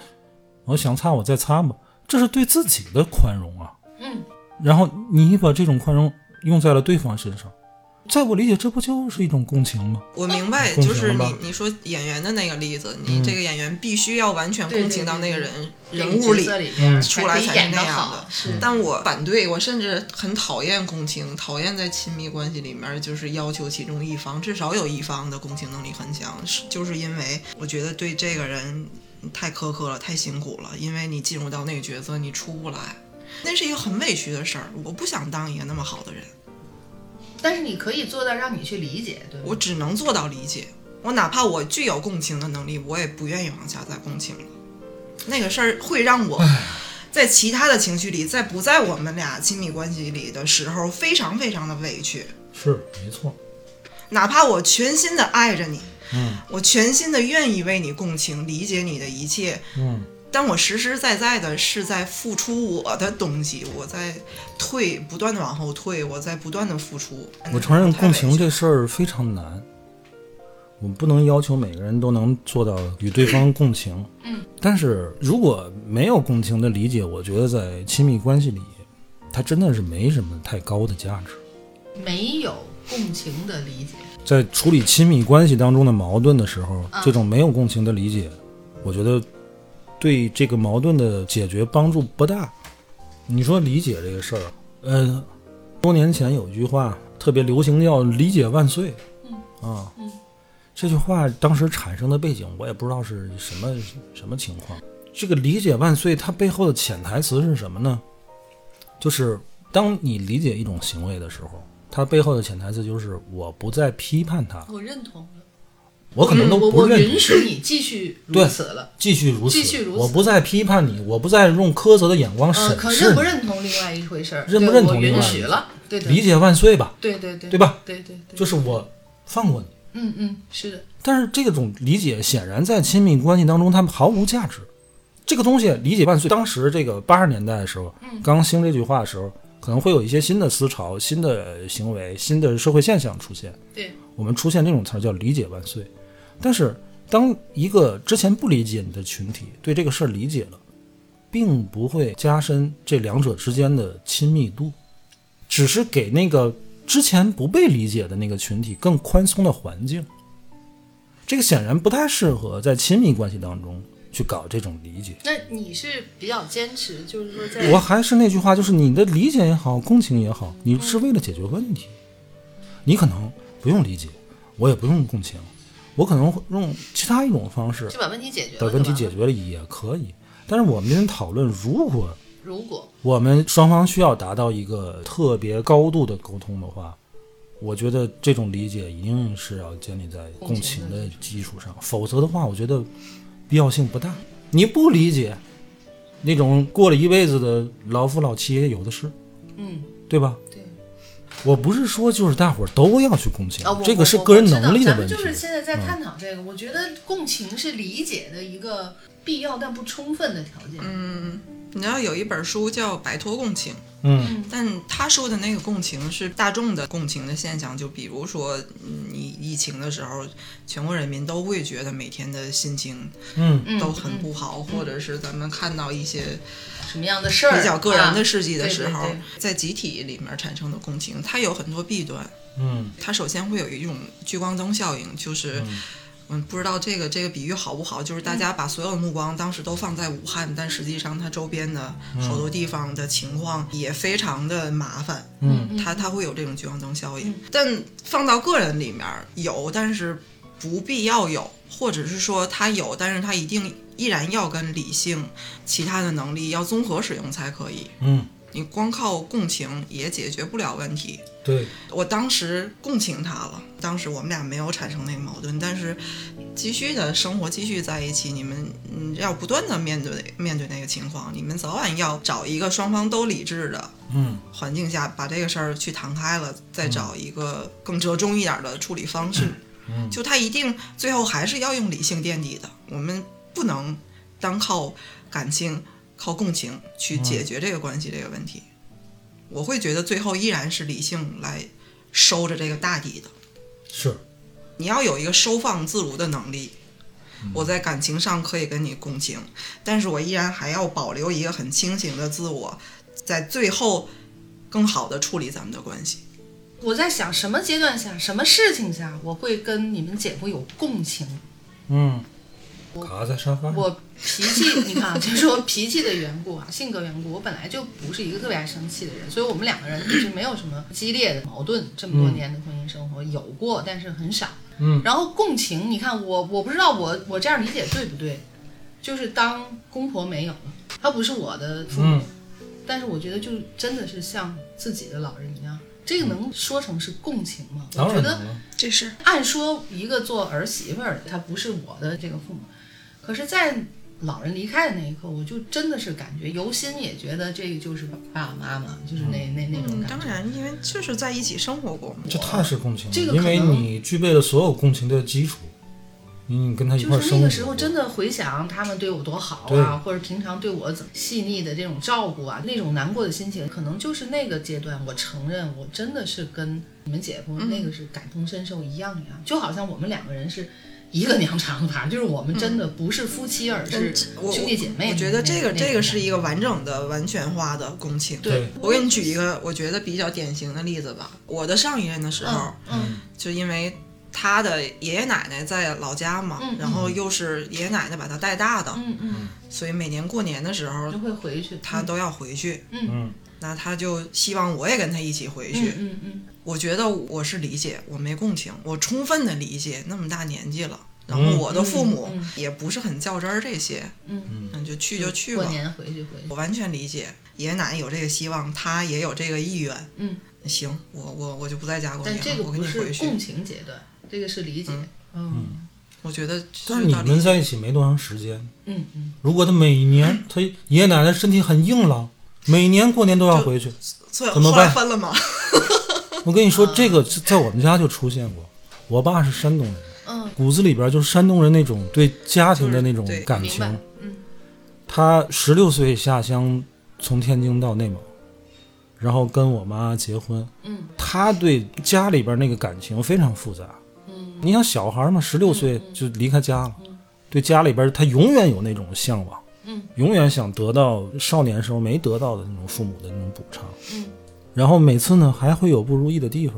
Speaker 2: 我想擦我再擦吧，这是对自己的宽容啊。
Speaker 4: 嗯，
Speaker 2: 然后你把这种宽容用在了对方身上，在我理解，这不就是一种共情吗？
Speaker 6: 我明白，
Speaker 2: 共情
Speaker 6: 就是
Speaker 2: 了吧
Speaker 6: 你你说演员的那个例子，你这个演员必须要完全
Speaker 4: 对对
Speaker 6: 共情到
Speaker 4: 对
Speaker 6: 那
Speaker 4: 对
Speaker 6: 个人人物
Speaker 4: 这个角色里面
Speaker 6: 出来才是
Speaker 4: 演
Speaker 6: 那
Speaker 4: 的
Speaker 6: 样
Speaker 4: 好
Speaker 6: 的，。
Speaker 4: 是
Speaker 6: 但我反对，我甚至很讨厌共情，讨厌在亲密关系里面就是要求其中一方至少有一方的共情能力很强，是就是因为我觉得对这个人太苛刻了，太辛苦了，因为你进入到那个角色你出不来，那是一个很委屈的事儿。我不想当一个那么好的人，
Speaker 4: 但是你可以做到让你去理解，对吧？
Speaker 6: 我只能做到理解。我哪怕我具有共情的能力，我也不愿意往下再共情了。那个事儿会让我在其他的情绪里，在不在我们俩亲密关系里的时候，非常非常的委屈。
Speaker 2: 是，没错。
Speaker 6: 哪怕我全心的爱着你，
Speaker 2: 嗯
Speaker 6: 我全心的愿意为你共情，理解你的一切，
Speaker 2: 嗯，
Speaker 6: 但我实实在在的是在付出我的东西，我在退，不断的往后退，我在不断的付出。
Speaker 2: 我承认
Speaker 6: 太
Speaker 2: 共
Speaker 6: 委屈
Speaker 2: 情这事儿非常难，我们不能要求每个人都能做到与对方共情。嗯，但是如果没有共情的理解，我觉得在亲密关系里，它真的是没什么太高的价值。
Speaker 4: 没有共情的理解，
Speaker 2: 在处理亲密关系当中的矛盾的时候，这种没有共情的理解，我觉得对这个矛盾的解决帮助不大。你说理解这个事儿，呃，多年前有一句话特别流行，叫“理解万岁”。
Speaker 4: 嗯
Speaker 2: 啊，这句话当时产生的背景，我也不知道是什么什么情况。这个“理解万岁”它背后的潜台词是什么呢？就是当你理解一种行为的时候，它背后的潜台词就是我不再批判它，
Speaker 4: 我认同了，
Speaker 2: 我可能都
Speaker 4: 嗯我
Speaker 2: 不
Speaker 4: 我
Speaker 2: 认
Speaker 4: 允
Speaker 2: 同，
Speaker 4: 许你继续如
Speaker 2: 对
Speaker 4: 此了。
Speaker 2: 继续如此，
Speaker 4: 继续如此
Speaker 2: 我不再批判你，我不再用苛责的眼光
Speaker 4: 嗯，
Speaker 2: 审
Speaker 4: 可
Speaker 2: 视
Speaker 4: 认
Speaker 2: 你
Speaker 4: 不，认同另外一回事儿，
Speaker 2: 认不
Speaker 4: 对
Speaker 2: 认同另外
Speaker 4: 我允
Speaker 2: 一回
Speaker 4: 许
Speaker 2: 事儿
Speaker 4: 了，对的，
Speaker 2: 理解万岁吧，
Speaker 4: 对对对，
Speaker 2: 对吧？
Speaker 4: 对对对，
Speaker 2: 就是我放过你。
Speaker 4: 嗯嗯，是的，
Speaker 2: 但是这种理解显然在亲密关系当中，他们毫无价
Speaker 4: 嗯
Speaker 2: 值。这个东西理解万岁，当时这个八十年代的时候，刚兴这句话的时候，可能会有一些新的思潮、新的行为、新的社会现象出现。
Speaker 4: 对，
Speaker 2: 我们出现这种词儿叫“理解万岁”。但是，当一个之前不理解你的群体对这个事儿理解了，并不会加深这两者之间的亲密度，只是给那个之前不被理解的那个群体更宽松的环境。这个显然不太适合在亲密关系当中去搞这种理解。
Speaker 7: 那你是比较坚持，就是说在
Speaker 2: 我还是那句话，就是你的理解也好，共情也好，你是为了解决问题。你可能不用理解，我也不用共情，我可能会用其他一种方式
Speaker 7: 就把问题解决
Speaker 2: 把
Speaker 7: 了，
Speaker 2: 问题
Speaker 7: 对
Speaker 2: 解
Speaker 7: 吧？
Speaker 2: 决了也可以。但是我们今天讨论，如果
Speaker 7: 如果
Speaker 2: 我们双方需要达到一个特别高度的沟通的话，我觉得这种理解一定是要建立在共情的基础上，否则的话，我觉得必要性不大。你不理解，那种过了一辈子的老夫老妻也有的是，
Speaker 4: 嗯，
Speaker 2: 对吧？
Speaker 4: 对。
Speaker 2: 我不是说就是大伙儿都要去共情，
Speaker 4: 哦
Speaker 7: 啊我
Speaker 2: 这个
Speaker 7: 我
Speaker 2: 是
Speaker 7: 我
Speaker 2: 个人
Speaker 7: 知道
Speaker 2: 能力的
Speaker 4: 咱们
Speaker 2: 问题。嗯
Speaker 4: 就是现在在探讨这个，我觉得共情是理解的一个必要但不充分的条件。
Speaker 6: 你知道有一本书叫《摆脱共情》，
Speaker 2: 嗯
Speaker 6: 但他说的那个共情是大众的共情的现象，就比如说，嗯你疫情的时候，全国人民都会觉得每天的心情
Speaker 2: 嗯
Speaker 4: 嗯
Speaker 6: 都很不好，或者是咱们看到一些
Speaker 7: 什么样的事儿
Speaker 6: 比较个人的
Speaker 7: 啊
Speaker 6: 事迹的
Speaker 7: 对
Speaker 6: 时
Speaker 7: 对
Speaker 6: 候，
Speaker 7: 对
Speaker 6: 在集体里面产生的共情，它有很多弊端。
Speaker 2: 嗯
Speaker 6: 它首先会有一种聚光灯效应，就是。嗯，不知道这个这个比喻好不好？就是大家把所有的目光当时都放在武汉，但实际上它周边的
Speaker 7: 嗯
Speaker 6: 好多地方的情况也非常的麻烦。
Speaker 2: 嗯
Speaker 6: 它它会有这种聚光灯效应，但放到个人里面儿有，但是不必要有，或者是说它有，但是它一定依然要跟理性、其他的能力要综合使用才可以。
Speaker 2: 嗯，
Speaker 6: 你光靠共情也解决不了问题。
Speaker 2: 对，
Speaker 6: 我当时共情他了，当时我们俩没有产生那个矛盾，但是继续的生活继续在一起，你们嗯要不断的面对面对那个情况，你们早晚要找一个双方都理智的，
Speaker 2: 嗯
Speaker 6: 环境下把这个事儿去谈开了，再找一个更折中一点的处理方式。
Speaker 2: 嗯
Speaker 6: 就他一定最后还是要用理性垫底的，我们不能单靠感情、靠共情去解决这个关系这个问题。我会觉得最后依然是理性来收着这个大底的，
Speaker 2: 是，
Speaker 6: 你要有一个收放自如的能力。我在感情上可以跟你共情，但是我依然还要保留一个很清醒的自我，在最后更好的处理咱们的关系。
Speaker 4: 我在想，什么阶段下，什么事情下，我会跟你们姐夫有 共情？
Speaker 2: 嗯，卡在沙发上。
Speaker 4: 我脾气，你看啊， 就是说脾气的缘故啊，性格缘故，我本来就不是一个特别爱生气的人，所以我们两个人一直没有什么激烈的矛盾。这么多年的婚姻生活有过，但是很少。
Speaker 2: 嗯，
Speaker 4: 然后共情，你看我，我不知道我我这样理解对不对，就是当公婆没有了，她不是我的父母，
Speaker 2: 嗯
Speaker 4: 但是我觉得就真的是像自己的老人一样，这个能说成是共情吗？我
Speaker 2: 嗯当
Speaker 4: 觉
Speaker 2: 然
Speaker 4: 得
Speaker 2: 能了，
Speaker 6: 这是
Speaker 4: 按说一个做儿媳妇儿的，她不是我的这个父母，可是，在老人离开的那一刻，我就真的是感觉由心也觉得这个就是爸爸妈妈，就是那那那种
Speaker 6: 嗯，
Speaker 4: 感觉。嗯
Speaker 6: 当然，因为就是在一起生活过嘛。
Speaker 2: 这太是共情了，
Speaker 4: 这个可
Speaker 2: 因为
Speaker 4: 能
Speaker 2: 你具备了所有共情的基础，你你跟他一块
Speaker 4: 就
Speaker 2: 儿
Speaker 4: 是
Speaker 2: 生活，
Speaker 4: 那个时候真的回想他们对我多好
Speaker 2: 对
Speaker 4: 啊，或者平常对我怎么细腻的这种照顾啊，那种难过的心情，可能就是那个阶段，我承认我真的是跟你们姐
Speaker 6: 嗯
Speaker 4: 夫那个是感同身受一样一样，就好像我们两个人是一个娘长的吧，就是我们真的不是夫妻，而是
Speaker 6: 嗯我
Speaker 4: 兄弟姐妹
Speaker 6: 我觉得这个
Speaker 4: 那
Speaker 6: 这个是一
Speaker 4: 个
Speaker 6: 个完整的完全化的共情。
Speaker 2: 对，
Speaker 6: 我给你举一个我觉得比较典型的例子吧。我的上一任的时候，
Speaker 2: 嗯
Speaker 6: 就因为他的爷爷奶奶在老家嘛，
Speaker 4: 嗯
Speaker 6: 然后又是爷爷奶奶把他带大的，
Speaker 4: 嗯嗯，
Speaker 6: 所以每年过年的时候
Speaker 4: 就会回去
Speaker 6: 他都要回去。
Speaker 2: 嗯
Speaker 6: 那他就希望我也跟他一起回去。
Speaker 4: 嗯嗯嗯
Speaker 6: 我觉得我是理解，我没共情，我充分的理解，那么大年纪了。
Speaker 2: 嗯
Speaker 6: 然后我的父母
Speaker 4: 嗯嗯
Speaker 6: 也不是很较真儿这些，
Speaker 4: 嗯，
Speaker 2: 嗯
Speaker 6: 那就去就去吧。
Speaker 4: 过年回去回去，
Speaker 6: 我完全理解，爷爷奶奶有这个希望，他也有这个意愿。
Speaker 4: 嗯，
Speaker 6: 行，我我我就不在家过
Speaker 4: 但
Speaker 6: 年
Speaker 4: 这
Speaker 6: 了，
Speaker 4: 个
Speaker 6: 我跟
Speaker 4: 不
Speaker 6: 你
Speaker 4: 是
Speaker 6: 回
Speaker 4: 共
Speaker 6: 去。
Speaker 4: 情阶段，这个是理解，
Speaker 6: 嗯
Speaker 4: 嗯
Speaker 6: 我觉得
Speaker 2: 但
Speaker 6: 这
Speaker 2: 是你
Speaker 6: 道理
Speaker 2: 们在一起没多长时间，
Speaker 4: 嗯嗯。
Speaker 2: 如果他每年他爷爷奶奶身体很硬朗，每年过年都要回去，
Speaker 6: 所以
Speaker 2: 怎么
Speaker 6: 后来
Speaker 2: 办
Speaker 6: 分了嘛。
Speaker 2: 我跟你说，这个在我们家就出现过。我爸是山东人，
Speaker 4: 嗯，
Speaker 2: 骨子里边就是山东人那种对家庭的那种
Speaker 6: 就是对
Speaker 2: 感
Speaker 4: 明
Speaker 2: 情
Speaker 4: 白。嗯，
Speaker 2: 他十六岁下乡，从天津到内蒙，然后跟我妈结婚。
Speaker 7: 嗯，
Speaker 2: 她对家里边那个感情非常复杂。嗯，你想小孩嘛，十六岁就离开家了，对家里边他永远有那种向往。
Speaker 7: 嗯，
Speaker 2: 永远想得到少年时候没得到的那种父母的那种补偿。
Speaker 7: 嗯，
Speaker 2: 然后每次呢还会有不如意的地方，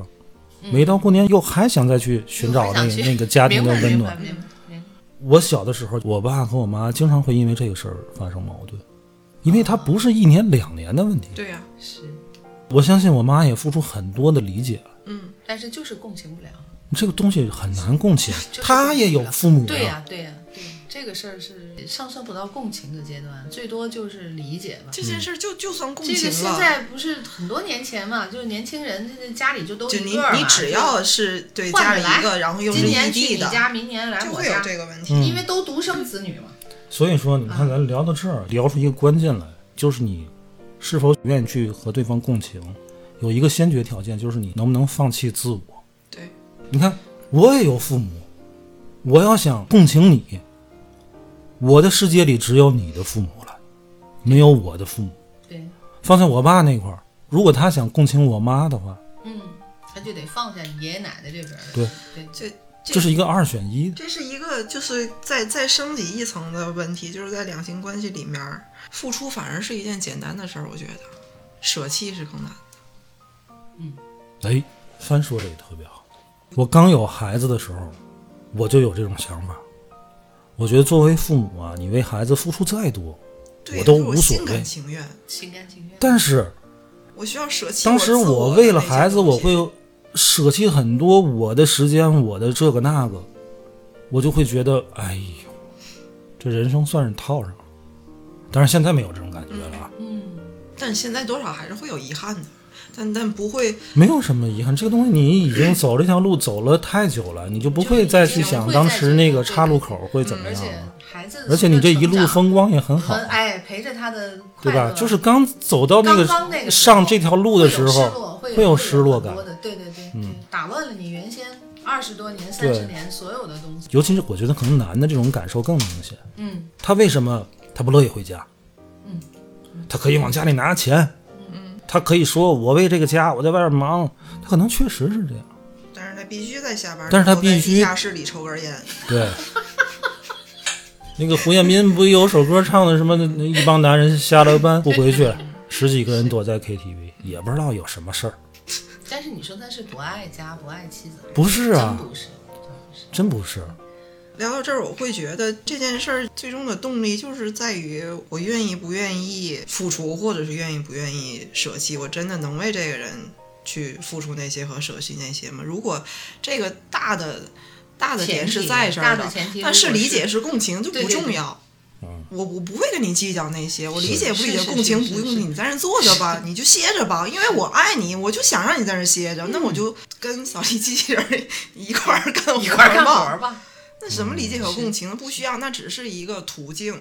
Speaker 7: 嗯
Speaker 2: 每到过年又还想再去寻找那个那个家庭
Speaker 7: 明
Speaker 2: 的
Speaker 7: 白
Speaker 2: 温
Speaker 7: 明
Speaker 2: 暖
Speaker 7: 白。明白明白，
Speaker 2: 我小的时候，我爸和我妈经常会因为这个事儿发生矛盾，因为它不是一年两年的问题。
Speaker 6: 对呀、
Speaker 7: 是，
Speaker 2: 我相信我妈也付出很多的理解了，
Speaker 7: 但是就是共情不了。
Speaker 2: 这个东西很难共情，
Speaker 7: 就是
Speaker 2: 她也有父母
Speaker 7: 对
Speaker 2: 呀、
Speaker 7: 呀、对呀、对呀、这个事儿是上升不到共情的阶段，最多就是理解吧。
Speaker 6: 这件事儿就就算共
Speaker 7: 这
Speaker 6: 情
Speaker 7: 个现
Speaker 6: 了。
Speaker 7: 在不是很多年前嘛，就是年轻人这这家里就都
Speaker 6: 就
Speaker 7: 一
Speaker 6: 你
Speaker 7: 个儿
Speaker 6: 你
Speaker 7: 嘛
Speaker 6: 只要是对
Speaker 7: 换
Speaker 6: 家
Speaker 7: 着
Speaker 6: 里
Speaker 7: 来
Speaker 6: 一个，然后又
Speaker 7: 今
Speaker 6: 是
Speaker 7: 年
Speaker 6: 异
Speaker 7: 去
Speaker 6: 地
Speaker 7: 你
Speaker 6: 的，
Speaker 7: 家，明年来
Speaker 6: 就
Speaker 7: 我
Speaker 6: 会有
Speaker 7: 家，
Speaker 6: 这个问题。
Speaker 2: 嗯
Speaker 7: 因为都独生子女嘛。
Speaker 2: 所以说，你看咱聊到这儿，聊出一个关键来，就是你是否愿意去和对方共情，有一个先决条件，就是你能不能放弃自我。
Speaker 6: 对，
Speaker 2: 你看，我也有父母，我要想共情你，我的世界里只有你的父母了，没有我的父母。
Speaker 7: 对，
Speaker 2: 放在我爸那块儿，如果他想共情我妈的话，
Speaker 7: 嗯，他就得放下你爷爷奶奶这边儿。
Speaker 2: 对
Speaker 7: 对，
Speaker 6: 这
Speaker 2: 这是一个二选一的。
Speaker 6: 这是一个就是再再升级一层的问题，就是在两性关系里面儿，付出反而是一件简单的事儿，我觉得，舍弃是更难。
Speaker 2: 哎，帆说的也特别好。我刚有孩子的时候，我就有这种想法。我觉得作为父母啊，你为孩子付出再多，
Speaker 6: 对，
Speaker 2: 我都
Speaker 6: 就是
Speaker 2: 无所
Speaker 6: 心
Speaker 2: 谓
Speaker 6: 甘情愿，
Speaker 7: 心甘情愿。
Speaker 2: 但是
Speaker 6: 我需要舍弃
Speaker 2: 当
Speaker 6: 我
Speaker 2: 时
Speaker 6: 自
Speaker 2: 我
Speaker 6: 我的
Speaker 2: 为
Speaker 6: 那
Speaker 2: 了
Speaker 6: 些
Speaker 2: 孩子，
Speaker 6: 东
Speaker 2: 我
Speaker 6: 西
Speaker 2: 会舍弃很多我的时间，我的这个那个，我就会觉得，哎呦，这人生算是套上了。但是现在没有这种感觉了啊，
Speaker 6: 但现在多少还是会有遗憾的，但但不会
Speaker 2: 没有什么遗憾。这个东西你已经走这条路走了太久了，你就不会再去想当时那个岔路口会怎么
Speaker 7: 而
Speaker 2: 样
Speaker 7: 且
Speaker 2: 了。
Speaker 7: 孩子，
Speaker 2: 啊而且你这一路风光也很好
Speaker 7: 和，哎陪着他的快
Speaker 2: 对吧
Speaker 7: 乐，？
Speaker 2: 就是刚走到
Speaker 7: 刚刚那
Speaker 2: 个
Speaker 7: 个
Speaker 2: 上这条路的时候，
Speaker 7: 会
Speaker 2: 会有
Speaker 7: 有
Speaker 2: 失落
Speaker 7: 很
Speaker 2: 感
Speaker 7: 多。的对对对，嗯，打乱了你原先二十多年、三十年所有的东西。
Speaker 2: 尤其是我觉得可能男的这种感受更明显。
Speaker 7: 嗯，
Speaker 2: 他为什么他不乐意回家？嗯，他可以往家里拿钱。嗯，他可以说我为这个家我在外边忙，他可能确实是这样。
Speaker 6: 但是他必须在下班儿之
Speaker 2: 但
Speaker 6: 后
Speaker 2: 是
Speaker 6: 在
Speaker 2: 他
Speaker 6: 地下室，
Speaker 2: 必须
Speaker 6: 里抽根烟，
Speaker 2: 对。 那个胡彦斌不有首歌唱的什么？那一帮男人下了班不回去，十几个人躲在 KTV，也不知道有什么事儿。
Speaker 7: 但是你说他是不爱家、不爱妻子，
Speaker 2: 不是啊
Speaker 7: 真不是，
Speaker 2: 真不是，啊
Speaker 6: 聊到这儿，我会觉得这件事儿最终的动力就是在于我愿意不愿意付出，或者是愿意不愿意舍弃。我真的能为这个人去付出那些和舍弃那些吗？如果这个大的大的点
Speaker 7: 前提
Speaker 6: 是在这儿
Speaker 7: 大的前提
Speaker 6: 但
Speaker 7: 如
Speaker 6: 是
Speaker 7: 果
Speaker 6: 理
Speaker 7: 是
Speaker 6: 解是共情就
Speaker 7: 对
Speaker 6: 不
Speaker 7: 对
Speaker 6: 重
Speaker 7: 对
Speaker 6: 要。
Speaker 2: 嗯
Speaker 6: 我我不会跟你计较那些，我理解不理
Speaker 7: 是
Speaker 6: 解
Speaker 7: 是
Speaker 6: 共情
Speaker 7: 是
Speaker 6: 不
Speaker 7: 是
Speaker 6: 用
Speaker 7: 是
Speaker 6: 你，你在那坐着吧，你就歇着吧，因为我爱你，我就想让你在那歇着，那我就跟扫地机器人儿 一块儿干活
Speaker 7: 嗯一块儿干活
Speaker 6: 吧
Speaker 7: 儿。吧。
Speaker 6: 那什么理解和共情呢？不需要，那只是一个途径。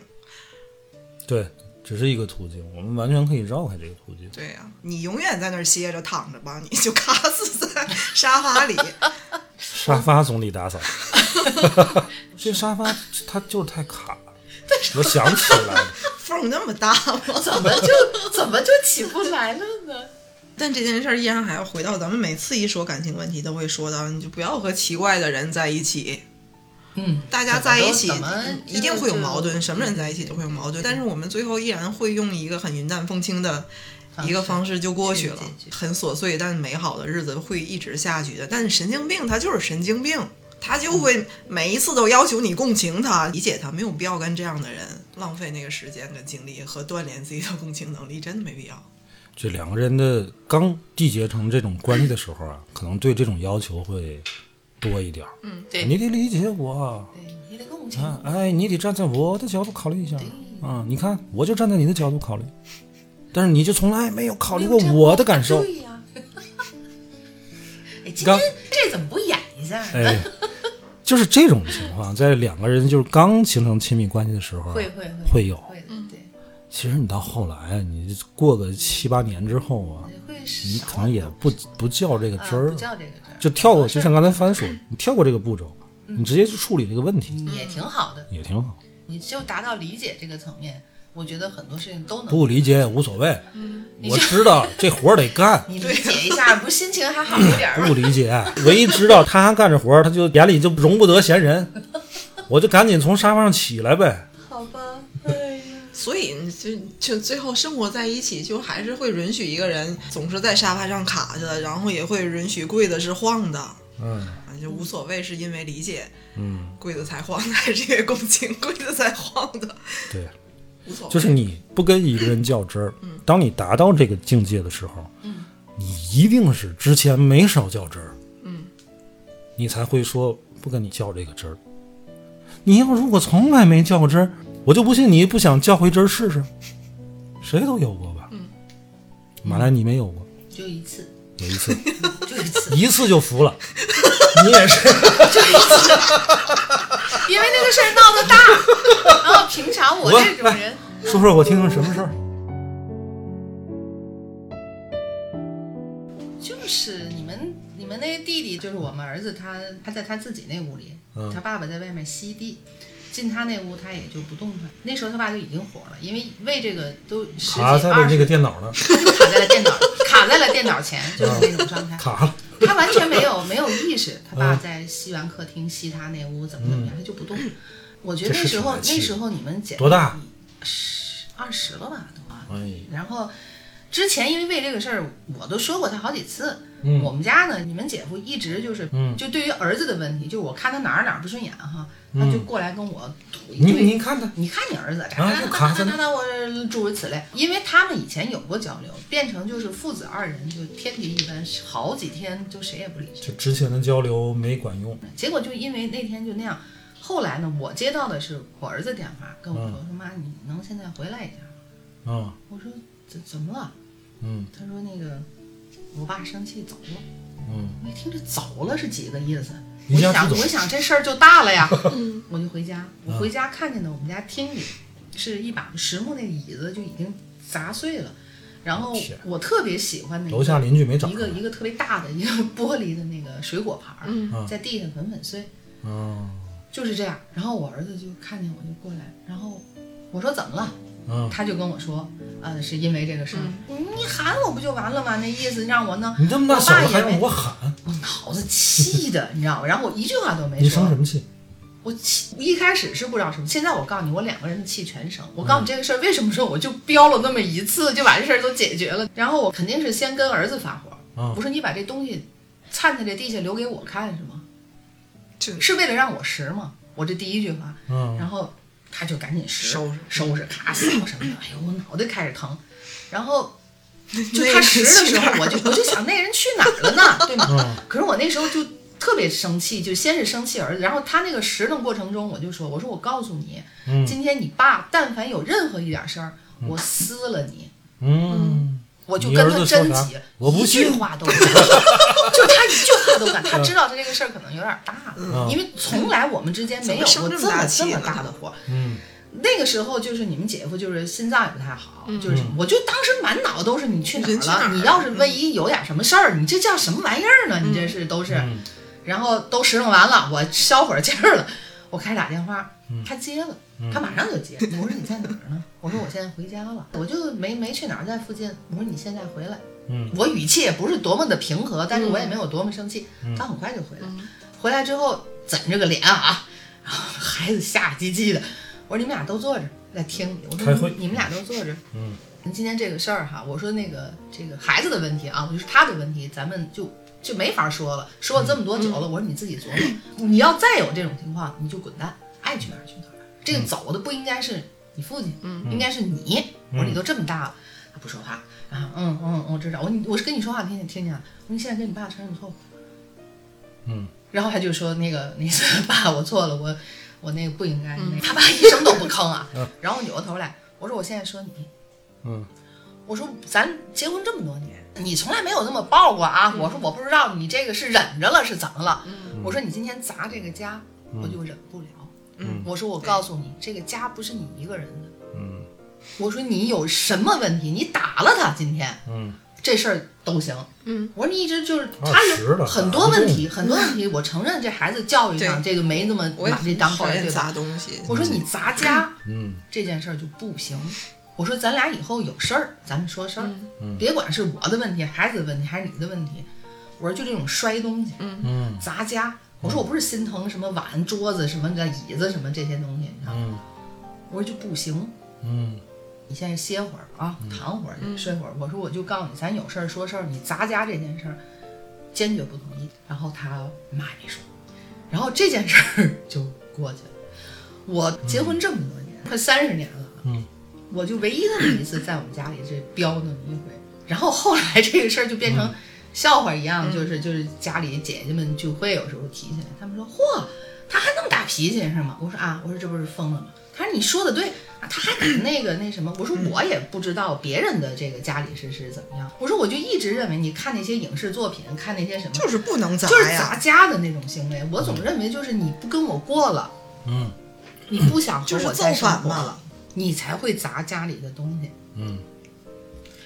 Speaker 2: 对，只是一个途径，我们完全可以绕开这个途径。
Speaker 6: 对呀、你永远在那儿歇着躺着吧，你就卡死在沙发里。
Speaker 2: 沙发总得打 扫，这沙发它就是太卡了，我想起来了。
Speaker 6: 缝儿那么大吗？
Speaker 7: 怎么就怎么就起不来了呢？
Speaker 6: 但这件事儿依然还要回到咱们每次一说感情问题都会说到，你就不要和奇怪的人在一起。
Speaker 7: 嗯，
Speaker 6: 大家在一起
Speaker 7: 怎么都怎么
Speaker 6: 一定会有矛
Speaker 7: 这
Speaker 6: 盾，
Speaker 7: 个
Speaker 6: 什么人在一起都会有矛盾。但是我们最后依然会用一个很云淡风轻的
Speaker 7: 方式
Speaker 6: 一个方式就过去了
Speaker 7: 去解，决
Speaker 6: 很琐碎但美好的日子会一直下去的。但是神经病他就是神经病，他就
Speaker 7: 嗯
Speaker 6: 会每一次都要求你共情他、理解他，没有必要跟这样的人浪费那个时间跟精力和锻炼自己的共情能力，真的没必要。
Speaker 2: 这两个人的刚缔结成这种关系的时候啊，可能对这种要求会多一点。嗯，
Speaker 7: 对
Speaker 2: 你得理解我
Speaker 7: 对，你得共情。
Speaker 2: 啊，哎，你得站在我的角度考虑一下啊。你看，我就站在你的角度考虑，但是你就从来没有考虑过我的感受。
Speaker 7: 对 呀、哎，今
Speaker 2: 刚
Speaker 7: 天这怎么不演一下？啊
Speaker 2: 哎，就是这种情况，在两个人就是刚形成亲密关系的时候啊，
Speaker 7: 会会会
Speaker 2: 会有。
Speaker 7: 会的，对，
Speaker 2: 其实你到后来，啊你过个七八年之后啊，
Speaker 7: 会是
Speaker 2: 你可能也不不较这个
Speaker 7: 啊
Speaker 2: 真儿
Speaker 7: 嗯不
Speaker 2: 了。
Speaker 7: 叫这个事儿，
Speaker 2: 就跳过，就像刚才番
Speaker 7: 嗯
Speaker 2: 说，你跳过这个步骤，你直接去处理这个问题
Speaker 7: 也挺好的。
Speaker 2: 也挺好。
Speaker 7: 你就达到理解这个层面，
Speaker 4: 我觉得很多事情都能
Speaker 2: 不理解也无所谓。
Speaker 7: 嗯
Speaker 2: 我知道这活儿得干，
Speaker 4: 你理解一下，不是心情还好一点 儿吗？
Speaker 2: 不理解，唯一知道他还干这活儿，他就眼里就容不得闲人， 我就赶紧从沙发上起来呗。
Speaker 6: 所以你就就最后生活在一起，就还是会允许一个人总是在沙发上卡着，然后也会允许跪的是晃的，
Speaker 2: 嗯
Speaker 6: 啊就无所谓，是因为理解
Speaker 2: 嗯，
Speaker 6: 跪的才晃的，还是因为共情跪的才晃的，
Speaker 2: 对，
Speaker 6: 无所谓。
Speaker 2: 就是你不跟一个人较真儿，
Speaker 4: 嗯
Speaker 2: 当你达到这个境界的时候，你一定是之前没少较真儿，
Speaker 4: 嗯
Speaker 2: 你才会说不跟你较这个真儿。你要如果从来没较过真儿，我就不信你不想较回真儿试试。谁都有过吧？
Speaker 4: 嗯
Speaker 2: 马来你没有过，
Speaker 4: 就一次，
Speaker 2: 有一次，
Speaker 4: 就一次，
Speaker 2: 一次就服了。你也是，
Speaker 4: 因为那个事儿闹得大。然后平常我这种人，
Speaker 2: 说说我听听什么事儿？
Speaker 4: 就是你们你们那弟弟，就是我们儿子他，他在他自己那屋里，
Speaker 2: 嗯
Speaker 4: 他爸爸在外面吸地，进他那屋他也就不动弹。那时候他爸就已经火了，因为为这个都十几
Speaker 2: 卡
Speaker 4: 二
Speaker 2: 在
Speaker 4: 十
Speaker 2: 了那个电脑呢，
Speaker 4: 卡在了电脑，卡在了电脑前，就是那种状态。
Speaker 2: 卡了。
Speaker 4: 他完全没有没有意识，他
Speaker 2: 嗯
Speaker 4: 爸在西完客厅吸他那屋怎么怎么样，他就不动。我觉得那时候
Speaker 2: 这是挺难
Speaker 4: 那时
Speaker 2: 气
Speaker 4: 候你们姐
Speaker 2: 多大？
Speaker 4: 十二十了吧都啊。
Speaker 2: 哎，
Speaker 4: 然后之前因为为这个事儿，我都说过他好几次。
Speaker 2: 嗯
Speaker 4: 我们家呢，你们姐夫一直就是，
Speaker 2: 嗯
Speaker 4: 就对于儿子的问题，就是我看他哪儿哪儿不顺眼哈，
Speaker 2: 嗯
Speaker 4: 他就过来跟我吐一
Speaker 2: 你
Speaker 4: 堆。
Speaker 2: 你看他，
Speaker 4: 你看你儿子，
Speaker 2: 啊就卡
Speaker 4: 哒
Speaker 2: 森
Speaker 4: 哒哒，我诸如此类。因为他们以前有过交流，变成就是父子二人就天敌一般，好几天就谁也不理谁。
Speaker 2: 就之前的交流没管用。
Speaker 4: 结果就因为那天就那样，后来呢，我接到的是我儿子电话，跟我说、说妈，你能现在回来一下吗？
Speaker 2: 嗯
Speaker 4: 我说怎怎么了？
Speaker 2: 嗯
Speaker 4: 他说那个我爸生气走了。
Speaker 2: 嗯，
Speaker 4: 我一听这走了是几个意思？
Speaker 2: 你
Speaker 4: 我
Speaker 2: 家
Speaker 4: 想，
Speaker 2: 出
Speaker 4: 我
Speaker 2: 走
Speaker 4: 想这事儿就 大了呀，我就回家。
Speaker 2: 啊
Speaker 4: 我回家看见的，我们家厅里是一把实木那椅子就已经砸碎了，然后
Speaker 2: 天
Speaker 4: 我特别喜欢的一个
Speaker 2: 楼下邻居没找
Speaker 4: 一个一个特别大的一个 玻璃的那个水果盘儿，
Speaker 2: 嗯
Speaker 4: 在地上粉粉碎，
Speaker 2: 嗯
Speaker 4: 就是这样。然后我儿子就看见我就过来，然后我说怎么了？
Speaker 2: 嗯，
Speaker 4: 他就跟我说，呃，是因为这个事儿，你喊我不就完了吗？那意思让我呢，
Speaker 2: 你这么大
Speaker 4: 我
Speaker 2: 小
Speaker 4: 爸
Speaker 2: 子
Speaker 4: 也
Speaker 2: 还让
Speaker 4: 没
Speaker 2: 我喊，
Speaker 4: 我脑子气的，你知道吗？然后我一句话都没说。
Speaker 2: 你生什么气？
Speaker 4: 我气，一开始是不知道什么，现在我告诉你，我两个人的气全生。我告诉你这个事儿，为什么说我就飙了那么一次就把这事儿都解决了？然后我肯定是先跟儿子发火，
Speaker 2: 嗯
Speaker 4: 我说你把这东西灿灿这地下留给我看是吗？
Speaker 6: 就是
Speaker 4: 为了让我拾吗？我这第一句话，
Speaker 2: 嗯
Speaker 4: 然后他就赶紧拾
Speaker 6: 收拾
Speaker 4: 收拾，咔扫什么的，哎呦，我脑袋开始疼。然后就
Speaker 6: 那个
Speaker 4: 他拾的
Speaker 6: 去
Speaker 4: 时
Speaker 6: 哪
Speaker 4: 候
Speaker 6: 儿，
Speaker 4: 我就我就想那人去哪儿了呢？对吗？
Speaker 2: 嗯
Speaker 4: 可是我那时候就特别生气，就先是生气儿子，然后他那个拾弄过程中，我就说，我说我告诉你，
Speaker 2: 嗯
Speaker 4: 今天你爸但凡有任何一点事儿，我撕了你。
Speaker 2: 嗯，
Speaker 4: 我就
Speaker 2: 你
Speaker 4: 跟
Speaker 2: 儿
Speaker 4: 他
Speaker 2: 子说
Speaker 4: 真
Speaker 2: 啥
Speaker 4: 急，？
Speaker 2: 我不
Speaker 4: 一句
Speaker 2: 信。
Speaker 4: 话都没有，就他一句话都不敢。他知道他这个事儿可能有点大，
Speaker 2: 嗯
Speaker 4: 因为从来我们之间没有
Speaker 6: 怎
Speaker 4: 过
Speaker 6: 么
Speaker 4: 这
Speaker 6: 生这么大
Speaker 4: 么
Speaker 6: 气
Speaker 4: 这
Speaker 6: 呢
Speaker 4: 么大的火。
Speaker 2: 嗯
Speaker 4: 那个时候就是你们姐夫就是心脏也不太好，就是我就当时满脑子都是你去哪儿
Speaker 6: 嗯人去哪
Speaker 4: 了？
Speaker 6: 儿
Speaker 4: 你要是万一有点什么事儿，你这叫什么玩意儿呢？你这是都是，
Speaker 2: 嗯
Speaker 4: 然后都拾弄完了，我消会儿劲儿了，我开始打电话，
Speaker 6: 嗯
Speaker 4: 他接了，他马上就 接。我说你在哪儿呢？我说我现在回家了，我就没没去哪儿，在附近。我说你现在回来，
Speaker 2: 嗯
Speaker 4: 我语气也不是多么的平和，但是我也没有多么生气。
Speaker 6: 嗯
Speaker 4: 他很快就回来，回来之后枕着个脸啊，然后孩子吓唧唧的。我说你们俩都坐着，在厅里。我说
Speaker 2: 开会
Speaker 4: 你们俩都坐着。
Speaker 2: 嗯
Speaker 4: 今天这个事儿哈，我说那个这个孩子的问题啊，我就是他的问题，咱们就就没法说了。说了这么多
Speaker 2: 嗯
Speaker 4: 久了，我说你自己琢磨，你要再有这种情况，你就滚蛋，爱去哪儿去哪儿。
Speaker 2: 嗯
Speaker 4: 这个走的不应该是你父亲，应该是你。
Speaker 2: 嗯
Speaker 4: 我说你都这么大了，他不说话啊，嗯嗯，我知道，我你我是跟你说话，你听见听见了？我说你现在跟你爸承认错。
Speaker 2: 嗯，
Speaker 4: 然后他就说那个 那次爸，我错了，我我那个不应该。
Speaker 6: 嗯
Speaker 4: 他爸一声都不吭啊，然后扭过头来，我说我现在说你，
Speaker 2: 嗯，
Speaker 4: 我说咱结婚这么多年，你从来没有那么抱过
Speaker 6: 嗯
Speaker 4: 啊！我说我不知道你这个是忍着了是怎么了？我说你今天砸这个家，我就忍不了。
Speaker 2: 嗯
Speaker 4: 我说我告诉你，这个家不是你一个人的。
Speaker 2: 嗯
Speaker 4: 我说你有什么问题？你打了他今天，
Speaker 2: 嗯
Speaker 4: 这事儿都行。
Speaker 7: 嗯，
Speaker 4: 我说你一直就是
Speaker 2: 二
Speaker 4: 他
Speaker 2: 十
Speaker 4: 有
Speaker 2: 了
Speaker 4: 很多问
Speaker 2: 啊
Speaker 4: 题，很多问题，我承认这孩子教育上这个没那么
Speaker 6: 我也
Speaker 4: 把这当回
Speaker 6: 讨
Speaker 4: 事，
Speaker 6: 厌
Speaker 4: 对吧？
Speaker 6: 砸东西。
Speaker 4: 我说你砸家，
Speaker 2: 嗯，
Speaker 4: 这件事儿就不行。我说咱俩以后有事儿，咱们说事儿，别管是我的问题、孩子的问题还是你的问题。我说就这种摔东西、
Speaker 2: 嗯
Speaker 4: 砸家，我说我不是心疼什么碗、桌子什么的、椅子什么这些东西，啊，
Speaker 2: 嗯
Speaker 4: 我说就不行，
Speaker 2: 嗯
Speaker 4: 你先歇会儿啊，躺会儿去，睡会儿。我说我就告诉你，咱有事儿说事儿，你砸家这件事儿坚决不同意。然后他骂一说，然后这件事儿就过去了。我结婚这么多年，快三十年了，啊
Speaker 2: 嗯，
Speaker 4: 我就唯一那么一次在我们家里这飙那么一回。然后后来这个事儿就变成笑话一样，就是就是家里姐姐们聚会有时候提起来，他们说嚯，他还那么大脾气是吗？我说啊，我说这不是疯了吗？他说你说的对啊，他还敢那个那什么？我说我也不知道别人的这个家里是是怎么样。我说我就一直认为，你看那些影视作品，看那些什么，
Speaker 6: 就是不能砸
Speaker 4: 就是砸
Speaker 6: 呀，嗯
Speaker 4: 家的那种行为，我总认为就是你不跟我过了，
Speaker 2: 嗯
Speaker 4: 你不想和
Speaker 6: 就是
Speaker 4: 我
Speaker 6: 造
Speaker 4: 再生
Speaker 6: 反
Speaker 4: 活
Speaker 6: 嘛
Speaker 4: 了，你才会砸家里的东西。
Speaker 2: 嗯，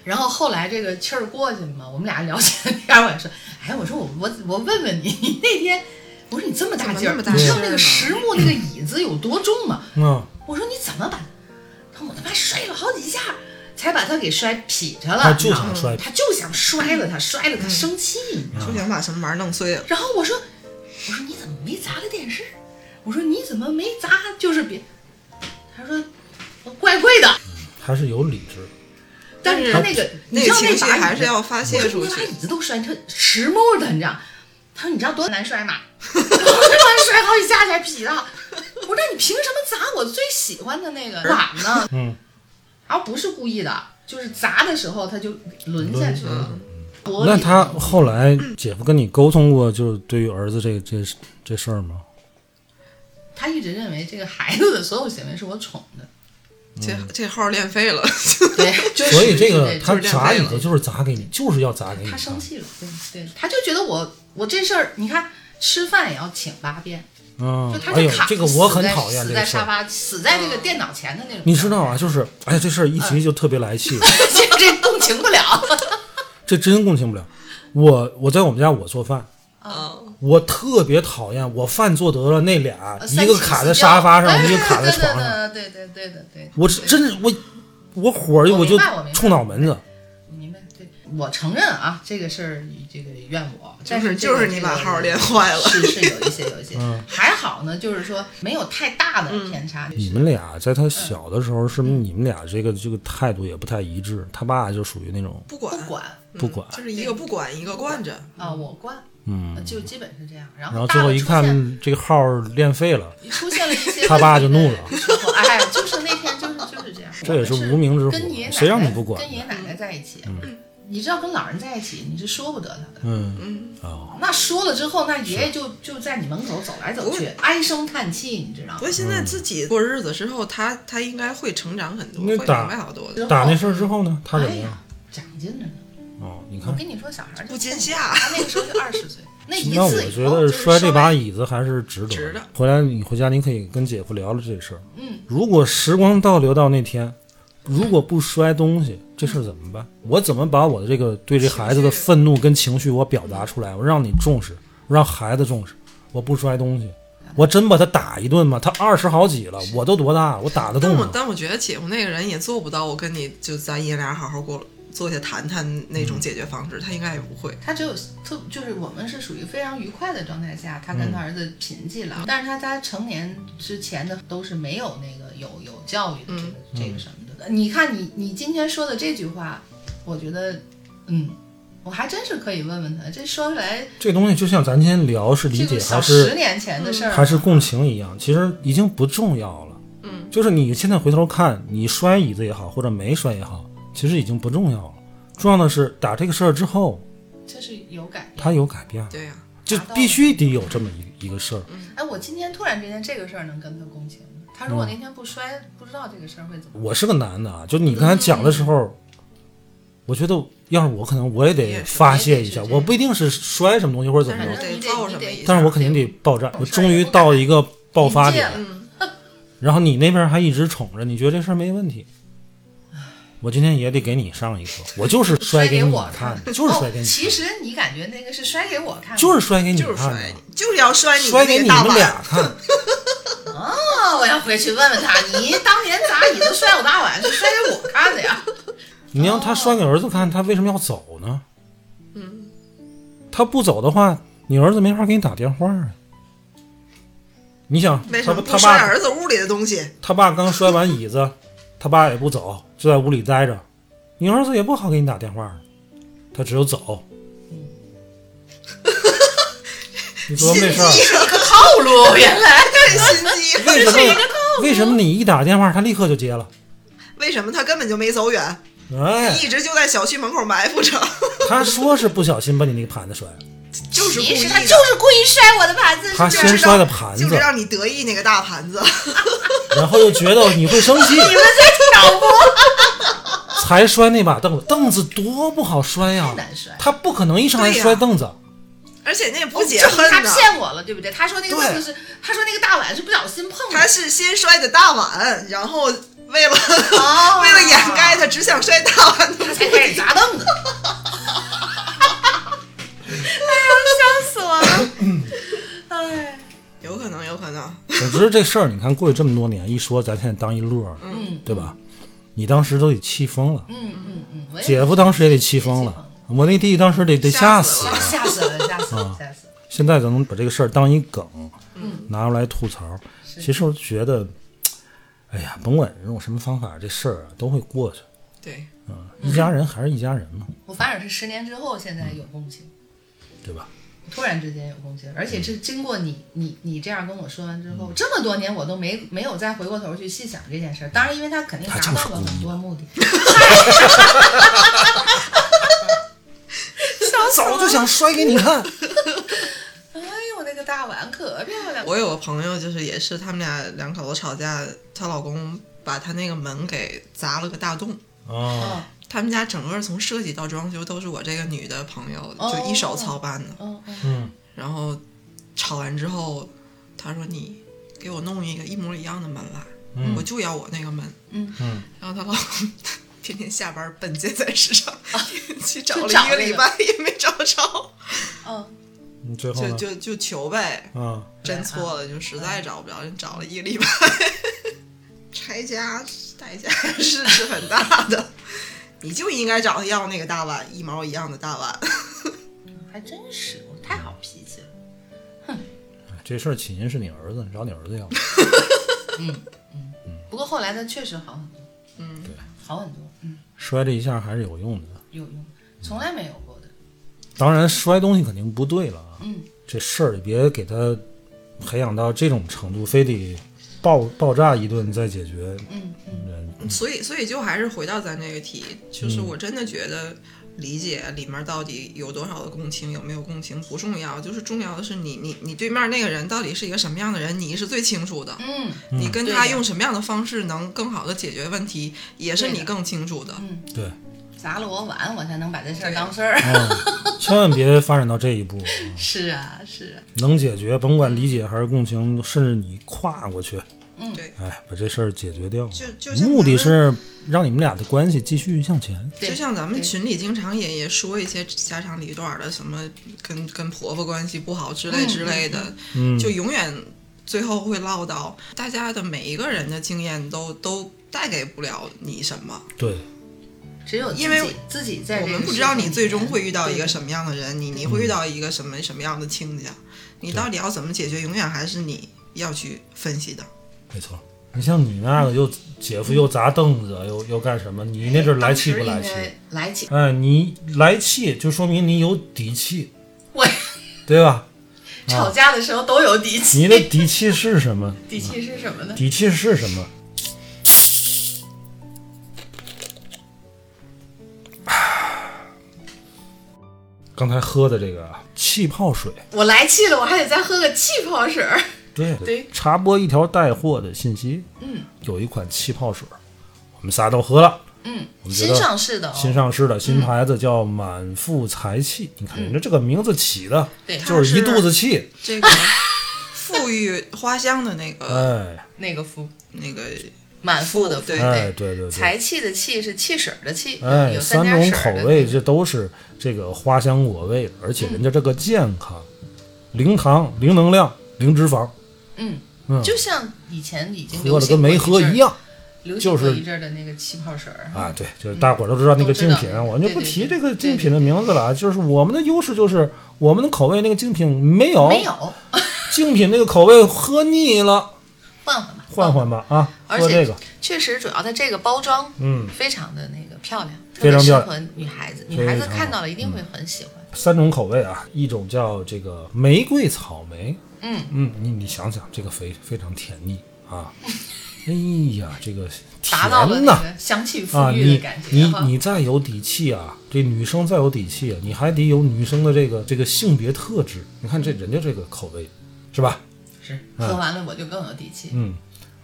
Speaker 4: 然后后来这个气儿过去了嘛，我们俩聊起来天儿， 我也说，哎，我说我我我问问你， 你那天我说你这么大劲儿，
Speaker 6: 怎么那么大
Speaker 4: 你知道
Speaker 6: 劲儿啊
Speaker 4: 那个
Speaker 6: 呢
Speaker 4: 实木那个椅子有多重吗？
Speaker 2: 嗯，
Speaker 4: 我说你怎么把？他说我他妈摔了好几下，才把他给摔劈着了。
Speaker 2: 他就
Speaker 4: 你知道吗
Speaker 2: 想摔
Speaker 4: 他就想摔了他，摔
Speaker 6: 嗯
Speaker 4: 了他生气，你知道吗？
Speaker 6: 就想把什么玩意儿弄碎了。
Speaker 4: 然后我说，我说你怎么没砸个电视？我说你怎么没砸？就是别。他说我怪贵的，
Speaker 2: 还是有理智。
Speaker 4: 但是他那个你
Speaker 6: 那
Speaker 4: 知
Speaker 6: 个
Speaker 4: 道
Speaker 6: 情绪
Speaker 4: 把椅子
Speaker 6: 还是要发
Speaker 4: 我
Speaker 6: 泄
Speaker 4: 说
Speaker 6: 出
Speaker 4: 你把
Speaker 6: 去
Speaker 4: 椅。子都摔成实木的，你知道？他说你知道多难摔 吗？我说摔好几下才劈的。我说那你凭什么砸我最喜欢的那个碗呢？
Speaker 2: 嗯，
Speaker 4: 然后不是故意的，就是砸的时候他就轮下去了。我
Speaker 2: 嗯那他后来姐夫跟你沟通过，就是对于儿子这这这事儿吗？
Speaker 4: 他一直认为这个孩子的所有行为是我宠的，
Speaker 6: 这这号练废 了，
Speaker 4: 对，就是
Speaker 2: 所以这个
Speaker 4: 是
Speaker 2: 他
Speaker 6: 就是这样
Speaker 2: 砸
Speaker 6: 对
Speaker 2: 椅
Speaker 6: 了
Speaker 2: 子就是砸给你，就是要砸给你。
Speaker 4: 他生气了，对对，他就觉得我我这事儿，你看吃饭也要请八遍，
Speaker 2: 嗯
Speaker 4: 就，他
Speaker 2: 哎
Speaker 4: 就
Speaker 2: 呦
Speaker 4: 卡、，
Speaker 2: 这个我很讨厌
Speaker 4: 死
Speaker 2: 这
Speaker 4: 在
Speaker 2: 个
Speaker 4: 死
Speaker 2: 事
Speaker 4: 在沙
Speaker 2: 儿。
Speaker 4: 发，死在这个电脑前的那种。
Speaker 2: 你知道啊，就是哎呀，这事儿一提就特别来气，
Speaker 4: 这这共情不了。
Speaker 2: 这真共情不了。我我在我们家我做饭，
Speaker 4: 嗯
Speaker 6: 嗯
Speaker 2: 我特别讨厌我饭做得了那俩，
Speaker 4: 呃三
Speaker 2: 一个
Speaker 4: 起
Speaker 2: 卡
Speaker 4: 四
Speaker 2: 在
Speaker 4: 掉
Speaker 2: 沙发上，
Speaker 4: 哎
Speaker 2: 一个卡在床上。
Speaker 4: 对对对对对对对，
Speaker 2: 我是真是我我火儿
Speaker 4: 我
Speaker 2: 我
Speaker 4: 明
Speaker 2: 就
Speaker 4: 白我明白
Speaker 2: 冲脑门子。
Speaker 4: 明白。对，我承认啊，这个事儿这个怨我，
Speaker 6: 就
Speaker 4: 但
Speaker 6: 是
Speaker 4: 这个
Speaker 6: 就是你把号练
Speaker 4: 这个
Speaker 6: 坏了。
Speaker 4: 是是有一些有一些，
Speaker 2: 嗯
Speaker 4: 还好呢，就是说没有太大的
Speaker 6: 嗯
Speaker 4: 偏差。就是
Speaker 2: 你们俩在
Speaker 4: 嗯
Speaker 2: 他小的时候，是不是你们俩这个这个态度也不太一致？他爸就属于那种
Speaker 6: 不管嗯
Speaker 4: 不管
Speaker 2: 不管，
Speaker 6: 就是一个不管一个惯着，
Speaker 4: 啊，我惯，
Speaker 2: 嗯，
Speaker 4: 呃就基本是这样。然
Speaker 2: 然后
Speaker 4: 大
Speaker 2: 最后
Speaker 4: 了
Speaker 2: 一
Speaker 4: 出现
Speaker 2: 看这个号儿练废了，
Speaker 4: 出现了一些
Speaker 2: 他爸就怒了
Speaker 4: 问题的时候。哎，就是那天就是就是这样，
Speaker 2: 这也是
Speaker 4: 我们
Speaker 2: 无名之火
Speaker 4: 跟爷爷奶奶
Speaker 2: 谁让你不管
Speaker 4: 跟爷爷奶奶在一起，嗯你知道跟老人在一起你是说不得他的。
Speaker 2: 嗯，
Speaker 4: 那说了之后，那爷爷就就在你门口走来走
Speaker 6: 不
Speaker 4: 去
Speaker 6: 会，
Speaker 4: 唉声叹气，你知道
Speaker 6: 不
Speaker 4: 吗？
Speaker 6: 过现在自己过日子之后，他他应该会成长很多，
Speaker 2: 那
Speaker 6: 会明
Speaker 2: 打
Speaker 6: 白好多的，
Speaker 4: 之
Speaker 2: 打
Speaker 4: 后
Speaker 2: 那事儿之后呢，他怎
Speaker 4: 哎
Speaker 2: 么样
Speaker 4: 呀？，长进着呢。
Speaker 2: 哦，你
Speaker 4: 嗯我
Speaker 2: 看，
Speaker 4: 跟你说，小孩儿
Speaker 6: 不见下
Speaker 4: 他那个时候就二十岁，那 一
Speaker 2: 那我
Speaker 4: 次以
Speaker 2: 觉
Speaker 4: 后
Speaker 2: 得
Speaker 4: 就是
Speaker 2: 摔这
Speaker 4: 稍
Speaker 2: 把
Speaker 4: 微
Speaker 2: 椅子还是值得的。
Speaker 6: 值得
Speaker 2: 回来你回家，你可以跟姐夫聊聊这事儿。嗯，如果时光倒流到那天，如果不摔东西，这事儿怎么办？我怎么把我的这个对这孩子的愤怒跟情绪我表达出来？我让你重视，让孩子重视。我不摔东西，我真把他打一顿吗？他二十好几了，我都多大了，我打得
Speaker 6: 但
Speaker 2: 动
Speaker 6: 我
Speaker 2: 吗？
Speaker 6: 但我觉得姐夫那个人也做不到，我跟你就咱爷俩好好过坐下谈谈那种解决方式，他应该也不会。
Speaker 4: 他只有特就是我们是属于非常愉快的状态下，他
Speaker 2: 嗯
Speaker 4: 跟他儿子贫瘠了，但是他他成年之前的都是没有那个有有教育的这个、
Speaker 2: 嗯
Speaker 4: 这个什么的。你看你你今天说的这句话，我觉得，嗯，我还真是可以问问他，这说起来
Speaker 2: 这东西就像咱今天聊是理
Speaker 4: 这
Speaker 2: 解
Speaker 4: 个
Speaker 2: 还
Speaker 4: 小
Speaker 2: 是
Speaker 4: 十年前的事儿
Speaker 2: 嗯
Speaker 4: 了，
Speaker 2: 还是共情一样，其实已经不重要了。嗯，就是你现在回头看，你摔椅子也好，或者没摔也好，其实已经不重要了。重要的是打这个事儿之后，
Speaker 4: 这是有感
Speaker 2: 他有改变，
Speaker 6: 对呀、
Speaker 2: 就必须得有这么一一个事儿。
Speaker 4: 哎，我今天突然之间这个事儿能跟他共情。
Speaker 2: 嗯
Speaker 4: 他如果那天不摔，不知道这个事儿会怎么。
Speaker 2: 我是个男的啊，就你刚才讲的时候，我觉得要是我，可能我也得发泄一下，我不一定是摔什么东西或者怎么着
Speaker 6: 但是，
Speaker 4: 反正
Speaker 6: 得
Speaker 4: 你得
Speaker 6: 造
Speaker 4: 你
Speaker 6: 什么
Speaker 4: 得
Speaker 6: 一下，
Speaker 2: 但是我肯定得爆炸。我终于到了一个爆发
Speaker 4: 临界
Speaker 2: 点
Speaker 4: 了，
Speaker 2: 然后你那边还一直宠着，你觉得这事儿没问题，我今天也得给你上一课，我就是摔
Speaker 4: 给
Speaker 2: 你
Speaker 4: 我
Speaker 2: 看的，就是摔给你看
Speaker 4: 哦
Speaker 2: 的，
Speaker 4: 其实你感觉那个是摔给我看，
Speaker 2: 就是摔给你
Speaker 6: 就是
Speaker 2: 看的
Speaker 6: 摔，你，哦啊就是要摔你
Speaker 2: 摔给
Speaker 6: 那
Speaker 2: 你
Speaker 6: 个大
Speaker 2: 们
Speaker 6: 碗
Speaker 2: 俩看。
Speaker 4: 哦，我要回去问问他，你当年砸椅子摔我大碗是摔给我看 的呀？
Speaker 2: 你让他摔给儿子看，他为什么要走呢？嗯，他不走的话，你儿子没法给你打电话啊。你想，
Speaker 6: 为
Speaker 2: 他
Speaker 6: 什么
Speaker 2: 他
Speaker 6: 不摔
Speaker 2: 爸
Speaker 6: 儿子屋里的东西？
Speaker 2: 他爸刚摔完椅子，他爸也不走，就在屋里待着，你儿子也不好给你打电话，他只有 走。你琢磨这事儿，
Speaker 4: 套路原来
Speaker 6: 心机，
Speaker 2: 为什么为什么你一打电话，他立刻就接了？
Speaker 6: 为什么他根本就没走远，
Speaker 2: 哎，
Speaker 6: 一直就在小区门口埋伏着？
Speaker 2: 他说是不小心把你那个盘子摔了，
Speaker 6: 就是故
Speaker 4: 其
Speaker 6: 意
Speaker 4: 实
Speaker 6: 的
Speaker 4: 他就是故意摔我的盘子，
Speaker 2: 他
Speaker 4: 是
Speaker 2: 先摔的盘
Speaker 6: 就是
Speaker 2: 子，
Speaker 6: 让你得意那个大盘子，
Speaker 2: 然后又觉得你会 生气，
Speaker 4: 挑拨，
Speaker 2: 才摔那把凳子，凳子多不好摔呀、
Speaker 4: 难摔。
Speaker 2: 他不可能一上来
Speaker 6: 对呀
Speaker 2: 摔凳子，
Speaker 6: 而且那也不解
Speaker 4: 证明他
Speaker 6: 恨的，
Speaker 4: 骗我了，对不对？他说那个
Speaker 2: 对
Speaker 4: 凳子是，他说那个大碗是不小心碰
Speaker 6: 他
Speaker 4: 的。
Speaker 6: 是先摔的大碗，然后为了、
Speaker 4: 哦
Speaker 6: 为了掩盖他只想摔大碗的
Speaker 4: 他才开始砸凳子，
Speaker 6: 有可能，有可能，
Speaker 2: 总之这事儿你看过去这么多年，一说咱现在当一乐儿，
Speaker 4: 嗯
Speaker 2: 对吧？你当时都得气疯了，
Speaker 4: 嗯嗯嗯，我也
Speaker 2: 姐夫当时也得气疯了，我那弟弟当时得得吓死
Speaker 6: 吓
Speaker 2: 了。
Speaker 4: 吓死了，吓死
Speaker 2: 啊
Speaker 4: 了，吓死了。
Speaker 2: 现在咱们把这个事儿当一梗，拿出来吐槽，其实我觉得，哎呀，甭管用什么方法，这事儿啊都会过去。啊
Speaker 6: 对，
Speaker 2: 一家人还是一家人嘛，
Speaker 4: 我反而是十年之后，现在有共情，
Speaker 2: 对吧？
Speaker 4: 突然之间有共情，而
Speaker 2: 嗯
Speaker 4: 且是经过你你你这样跟我说完之后，这么多年我都没没有再回过头去细想这件事儿。当然，因为他肯定
Speaker 2: 他
Speaker 4: 达
Speaker 2: 就是
Speaker 4: 到了
Speaker 2: 故意
Speaker 4: 很多目的，
Speaker 2: 早就想摔给你看，
Speaker 4: 哎呦，那个大碗可漂亮了！
Speaker 6: 我有个朋友，就是也是他们俩两口子吵架，她老公把她那个门给砸了个大洞。
Speaker 2: 啊，
Speaker 6: 他们家整个从设计到装修都是我这个女的朋友
Speaker 4: 哦
Speaker 6: 就一手操办的。
Speaker 4: 嗯嗯，
Speaker 2: 嗯，
Speaker 6: 然后吵完之后，她说：“你给我弄一个一模一样的门来，
Speaker 2: 嗯
Speaker 6: 我就要我那个门。”
Speaker 4: 嗯
Speaker 2: 嗯。
Speaker 6: 然后她老公天天下班奔街在市场、 去找了
Speaker 4: 哦就找
Speaker 6: 一个
Speaker 4: 那
Speaker 6: 礼
Speaker 4: 个
Speaker 6: 拜也没找着，
Speaker 2: 你嗯最后
Speaker 6: 就
Speaker 2: 呢？
Speaker 6: 就就求呗，
Speaker 2: 啊，
Speaker 6: 真错
Speaker 4: 嗯
Speaker 6: 了就实在找不着，人找了一个礼拜。 拆家 代价是是很大的，你就应该找他要那个大碗，一毛一样的大碗。嗯
Speaker 4: 还真是，我太好脾气了。
Speaker 2: 这事儿起因是你儿子，你找你儿子要。
Speaker 4: 不过后来他确实好很多，
Speaker 6: 嗯，
Speaker 4: 好很多，嗯，
Speaker 2: 摔这一下还是有用的。
Speaker 4: 有用，从来没有过的。
Speaker 2: 当然，摔东西肯定不对了啊。
Speaker 4: 嗯，
Speaker 2: 这事儿也别给他培养到这种程度，非得爆爆炸一顿再解决。
Speaker 4: 嗯
Speaker 2: 嗯，
Speaker 6: 所以，所以就还是回到咱这个题，就是我真的觉得理解里面到底有多少的共情，有没有共情不重要，就是重要的是你你你对面那个人到底是一个什么样的人，你是最清楚的。
Speaker 4: 嗯
Speaker 6: 你跟
Speaker 4: 对
Speaker 6: 他
Speaker 4: 的
Speaker 6: 用什么样的方式能更好的解决问题，也是
Speaker 4: 对的
Speaker 6: 你更清楚的。
Speaker 4: 嗯，
Speaker 2: 对，
Speaker 4: 砸了我碗，我才能把这事儿
Speaker 6: 对
Speaker 4: 当事 儿。
Speaker 2: 嗯，千万别发展到这一步。
Speaker 4: 是啊，是啊，
Speaker 2: 能解决，甭管理解还是共情，甚至你跨过去，
Speaker 4: 嗯
Speaker 6: 对
Speaker 2: 哎，把这事儿解决掉。
Speaker 6: 就就像
Speaker 2: 目的
Speaker 6: 咱们。
Speaker 2: 是让你们俩的关系继续向前。
Speaker 4: 对
Speaker 6: 就像咱们
Speaker 4: 对
Speaker 6: 群里经常也也说一些家长里短的，什么跟跟婆婆关系不好之类之类的，
Speaker 2: 嗯，
Speaker 6: 就永远最后会唠叨，大家的每一个人的经验都都带给不了你什么。
Speaker 2: 对，
Speaker 4: 只有自己
Speaker 6: 因为
Speaker 4: 自己在
Speaker 6: 我
Speaker 4: 这个
Speaker 6: 们不知道你最终会遇到一个
Speaker 4: 么。
Speaker 6: 什么样的人，你你会遇到一个什么什么样的亲家，你到底要怎么解决，永远还是你要去分析的。
Speaker 2: 没错。你像你那个又姐夫又砸凳子，又又干什么？你那阵儿来气不来气？
Speaker 4: 来气，
Speaker 2: 哎，你来气就说明你有底气，
Speaker 4: 我
Speaker 2: 对吧？
Speaker 4: 吵架的时候都有底气。
Speaker 2: 你的底气是什 么？
Speaker 4: 底气是什么呢？
Speaker 2: 底气是什么？ 刚才喝的这个啊气泡水，
Speaker 4: 我来气了，我还得再喝个气泡水儿。
Speaker 2: 对
Speaker 4: 对，
Speaker 2: 查播一条带货的信息，嗯，有一款气泡水，我们仨都喝了，
Speaker 4: 嗯，
Speaker 2: 我们觉
Speaker 4: 新
Speaker 2: 得
Speaker 4: 上市的哦，
Speaker 2: 新上市的新牌子叫满腹才气，你看人家这个名字起的，
Speaker 4: 对
Speaker 2: 就是一肚子气，
Speaker 6: 这个馥郁花香的那个
Speaker 2: 哎，
Speaker 4: 那个夫
Speaker 6: 那个
Speaker 4: 满腹的
Speaker 6: 对
Speaker 2: 哎，对对对，
Speaker 4: 财气的气是汽水儿的气，
Speaker 2: 哎，
Speaker 4: 有
Speaker 2: 三
Speaker 4: 点
Speaker 2: 种
Speaker 4: 水
Speaker 2: 口
Speaker 4: 儿的
Speaker 2: 味这都是这个花香果味的，而且人家这个健康，零糖、零能量、零脂肪，
Speaker 4: 嗯
Speaker 2: 嗯，
Speaker 4: 就像以前已经
Speaker 2: 喝了跟没喝一
Speaker 4: 一
Speaker 2: 样
Speaker 4: 流行
Speaker 2: 就
Speaker 4: 过
Speaker 2: 是
Speaker 4: 一阵儿的那个气泡水儿，
Speaker 2: 啊。对，就是大伙儿都知道那个
Speaker 4: 都知
Speaker 2: 竞
Speaker 4: 道
Speaker 2: 品，我就不
Speaker 4: 对对
Speaker 2: 提
Speaker 4: 对
Speaker 2: 这个竞品的名字了啊。就是我们的优势就是我们的口味那个竞品没有，
Speaker 4: 没有
Speaker 2: 竞品那个口味喝腻了，
Speaker 4: 换换吧，
Speaker 2: 换换吧啊，
Speaker 4: 哦而
Speaker 2: 喝
Speaker 4: 且
Speaker 2: 这个，
Speaker 4: 确实主要它这个包装
Speaker 2: 嗯，
Speaker 4: 非常的那个漂亮，
Speaker 2: 非常漂亮
Speaker 4: 特别适合女孩子，女孩子
Speaker 2: 非常
Speaker 4: 看到了一定会很喜欢。
Speaker 2: 三种口味啊，一种叫这个玫瑰草莓，
Speaker 4: 嗯
Speaker 2: 嗯，你你想想，这个肥非常甜腻 啊，哎呀，这个
Speaker 4: 达到了
Speaker 2: 甜呐、
Speaker 4: 那个香气
Speaker 2: 啊，
Speaker 4: 馥郁的
Speaker 2: 你
Speaker 4: 感觉
Speaker 2: 你
Speaker 4: 哈。
Speaker 2: 你再有底气啊，这女生再有底气、啊，你还得有女生的这个这个性别特质。你看这人家这个口味，是吧？
Speaker 4: 是喝完了我就更有底气。
Speaker 2: 嗯。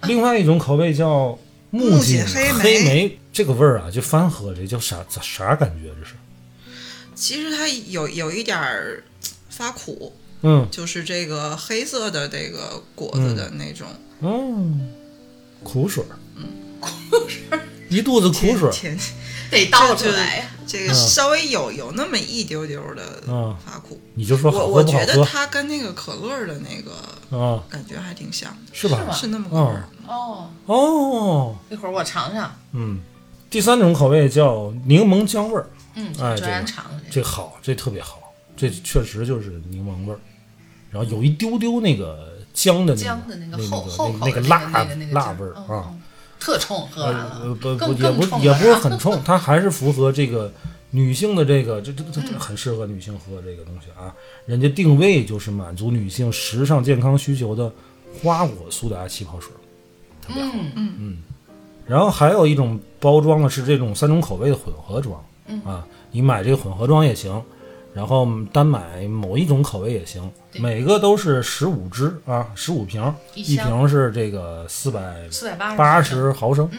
Speaker 2: 另外一种口味叫木
Speaker 6: 木
Speaker 2: 槿
Speaker 6: 槿黑莓
Speaker 2: 黑莓，这个味儿啊，就翻喝这叫啥咋啥感觉？这是，
Speaker 6: 其实它有有一点儿发苦，
Speaker 2: 嗯
Speaker 6: 就是这个黑色的这个果子的那种
Speaker 2: 嗯，苦水，嗯，苦水，一肚子苦水，
Speaker 6: 甜，
Speaker 4: 得倒出来呀。
Speaker 6: 这个稍微有有那么一丢丢的
Speaker 2: 嗯
Speaker 6: 发苦。
Speaker 2: 你就说好
Speaker 6: 我
Speaker 2: 喝
Speaker 6: 我
Speaker 2: 不好
Speaker 6: 觉得
Speaker 2: 喝
Speaker 6: 它跟那个可乐的那个
Speaker 2: 啊？
Speaker 6: 感觉还挺像的，
Speaker 2: 是吧？嗯
Speaker 6: 是那么个味儿。
Speaker 4: 哦，
Speaker 2: 哦，
Speaker 4: 一会儿我尝尝，
Speaker 2: 嗯，第三种口味叫柠檬姜味儿，
Speaker 4: 嗯，
Speaker 2: 哎，
Speaker 4: 卓
Speaker 2: 这
Speaker 4: 然
Speaker 2: 个
Speaker 4: 尝尝这个。
Speaker 2: 这好，这特别好，这确实就是柠檬味儿，然后有一丢丢那个姜的那个
Speaker 4: 姜的那
Speaker 2: 那
Speaker 4: 个后后口
Speaker 2: 那
Speaker 4: 的
Speaker 2: 辣
Speaker 4: 那个那个
Speaker 2: 辣
Speaker 4: 劲
Speaker 2: 味儿
Speaker 4: 嗯
Speaker 2: 啊，
Speaker 4: 嗯特冲，喝完了
Speaker 2: 呃不不
Speaker 4: 啊更
Speaker 2: 也
Speaker 4: 更
Speaker 2: 不
Speaker 4: 冲
Speaker 2: 也
Speaker 4: 了
Speaker 2: 不是
Speaker 4: 啊
Speaker 2: 很冲，它还是符合这个女性的这个这这这
Speaker 4: 嗯
Speaker 2: 这很适合女性喝这个东西啊，人家定位就是满足女性时尚健康需求的花果苏打气泡水。特别好。
Speaker 4: 嗯
Speaker 2: 嗯然后还有一种包装呢，是这种三种口味的混合装。嗯啊，你买这个混合装也行，然后单买某一种口味也行，每个都是十五支啊，十五瓶，一
Speaker 4: 箱
Speaker 2: 瓶是这个四百
Speaker 4: 四百八十嗯
Speaker 2: 八十毫升。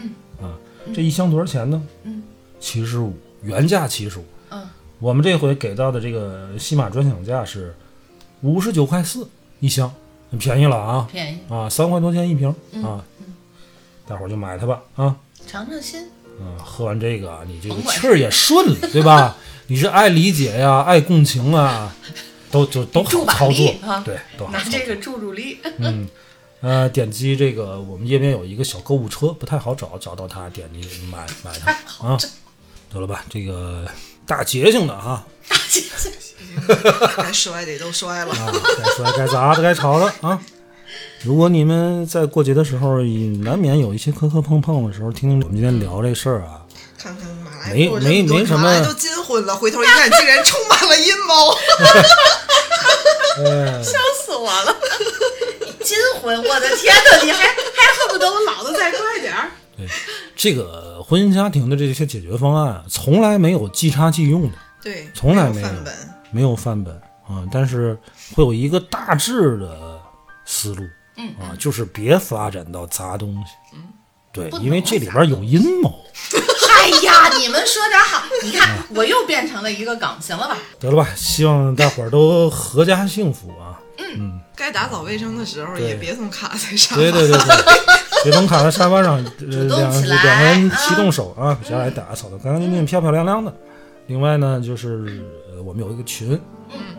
Speaker 2: 啊，这一箱多少钱呢？嗯，七十五，原价七十五。
Speaker 4: 嗯，
Speaker 2: 我们这回给到的这个西马专享价是五十九块四一箱，很便宜了啊。
Speaker 4: 便宜，嗯
Speaker 2: 啊，三块多钱一瓶啊，大伙儿就买它吧啊，
Speaker 4: 尝尝新。
Speaker 2: 嗯，喝完这个啊你这个
Speaker 4: 甭管
Speaker 2: 气儿也顺了，对吧？你是爱理解呀，爱共情啊，都就都
Speaker 4: 助
Speaker 2: 好
Speaker 4: 把
Speaker 2: 操作
Speaker 4: 力啊，
Speaker 2: 对，都好
Speaker 4: 拿
Speaker 2: 操
Speaker 4: 这
Speaker 2: 作
Speaker 4: 个。助助力，
Speaker 2: 嗯，呃，点击这个我们页面有一个小购物车，不太好找，找到它点击买买它啊，得了吧，这个大捷性的啊哈，
Speaker 6: 该摔的也都摔了。
Speaker 2: 啊， 该摔该砸的该吵的啊。如果你们在过节的时候，也难免有一些磕磕碰碰的时候，听听我们今天聊这事儿啊，
Speaker 6: 看看马来
Speaker 2: 没
Speaker 6: 过这
Speaker 2: 没
Speaker 6: 么多
Speaker 2: 没什
Speaker 6: 马
Speaker 2: 么
Speaker 6: 来都金婚了，回头一看，竟然充满了阴 谋。
Speaker 4: 笑死我了！金婚，我的天哪，你还还恨不得我老的再快点儿。
Speaker 2: 这个婚姻家庭的这些解决方案，从来没有即插即用的，
Speaker 6: 对，
Speaker 2: 从来没有
Speaker 6: 没范本。
Speaker 2: 没有范本啊，但是会有一个大致的思路，嗯啊，就是别发展到砸东西，嗯，对，因为这里边有阴谋。
Speaker 4: 哎呀，你们说点好，你看我又变成了一个梗，行了吧？
Speaker 2: 得了吧，希望大伙儿都阖家幸福 啊！
Speaker 6: 该打扫卫生的时候，也别总卡在上
Speaker 2: 对
Speaker 6: 面。
Speaker 2: 对对对，别总卡在沙发上，呃，
Speaker 4: 主动
Speaker 2: 两
Speaker 4: 起来
Speaker 2: 两个 人齐动手啊，下来打扫的干干净净、漂漂亮亮的。另外呢，就是呃，我们有一个群，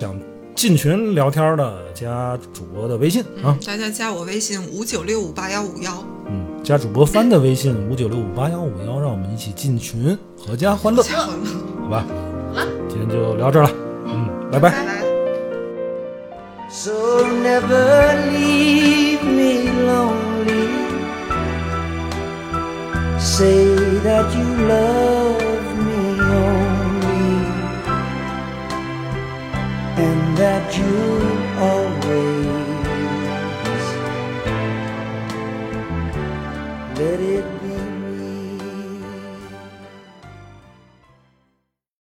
Speaker 2: 想进群聊天的，加主播的微信啊，
Speaker 6: 大家加我微信五九六五八幺五幺，
Speaker 2: 嗯，加主播帆的微信五九六五八幺五幺，让我们一起进群，阖家欢乐，
Speaker 6: 加婚了，
Speaker 2: 好吧？今天就聊这儿了，嗯，拜拜。
Speaker 6: 拜拜。
Speaker 8: So never leave me lonely. Say that you love me only, and that you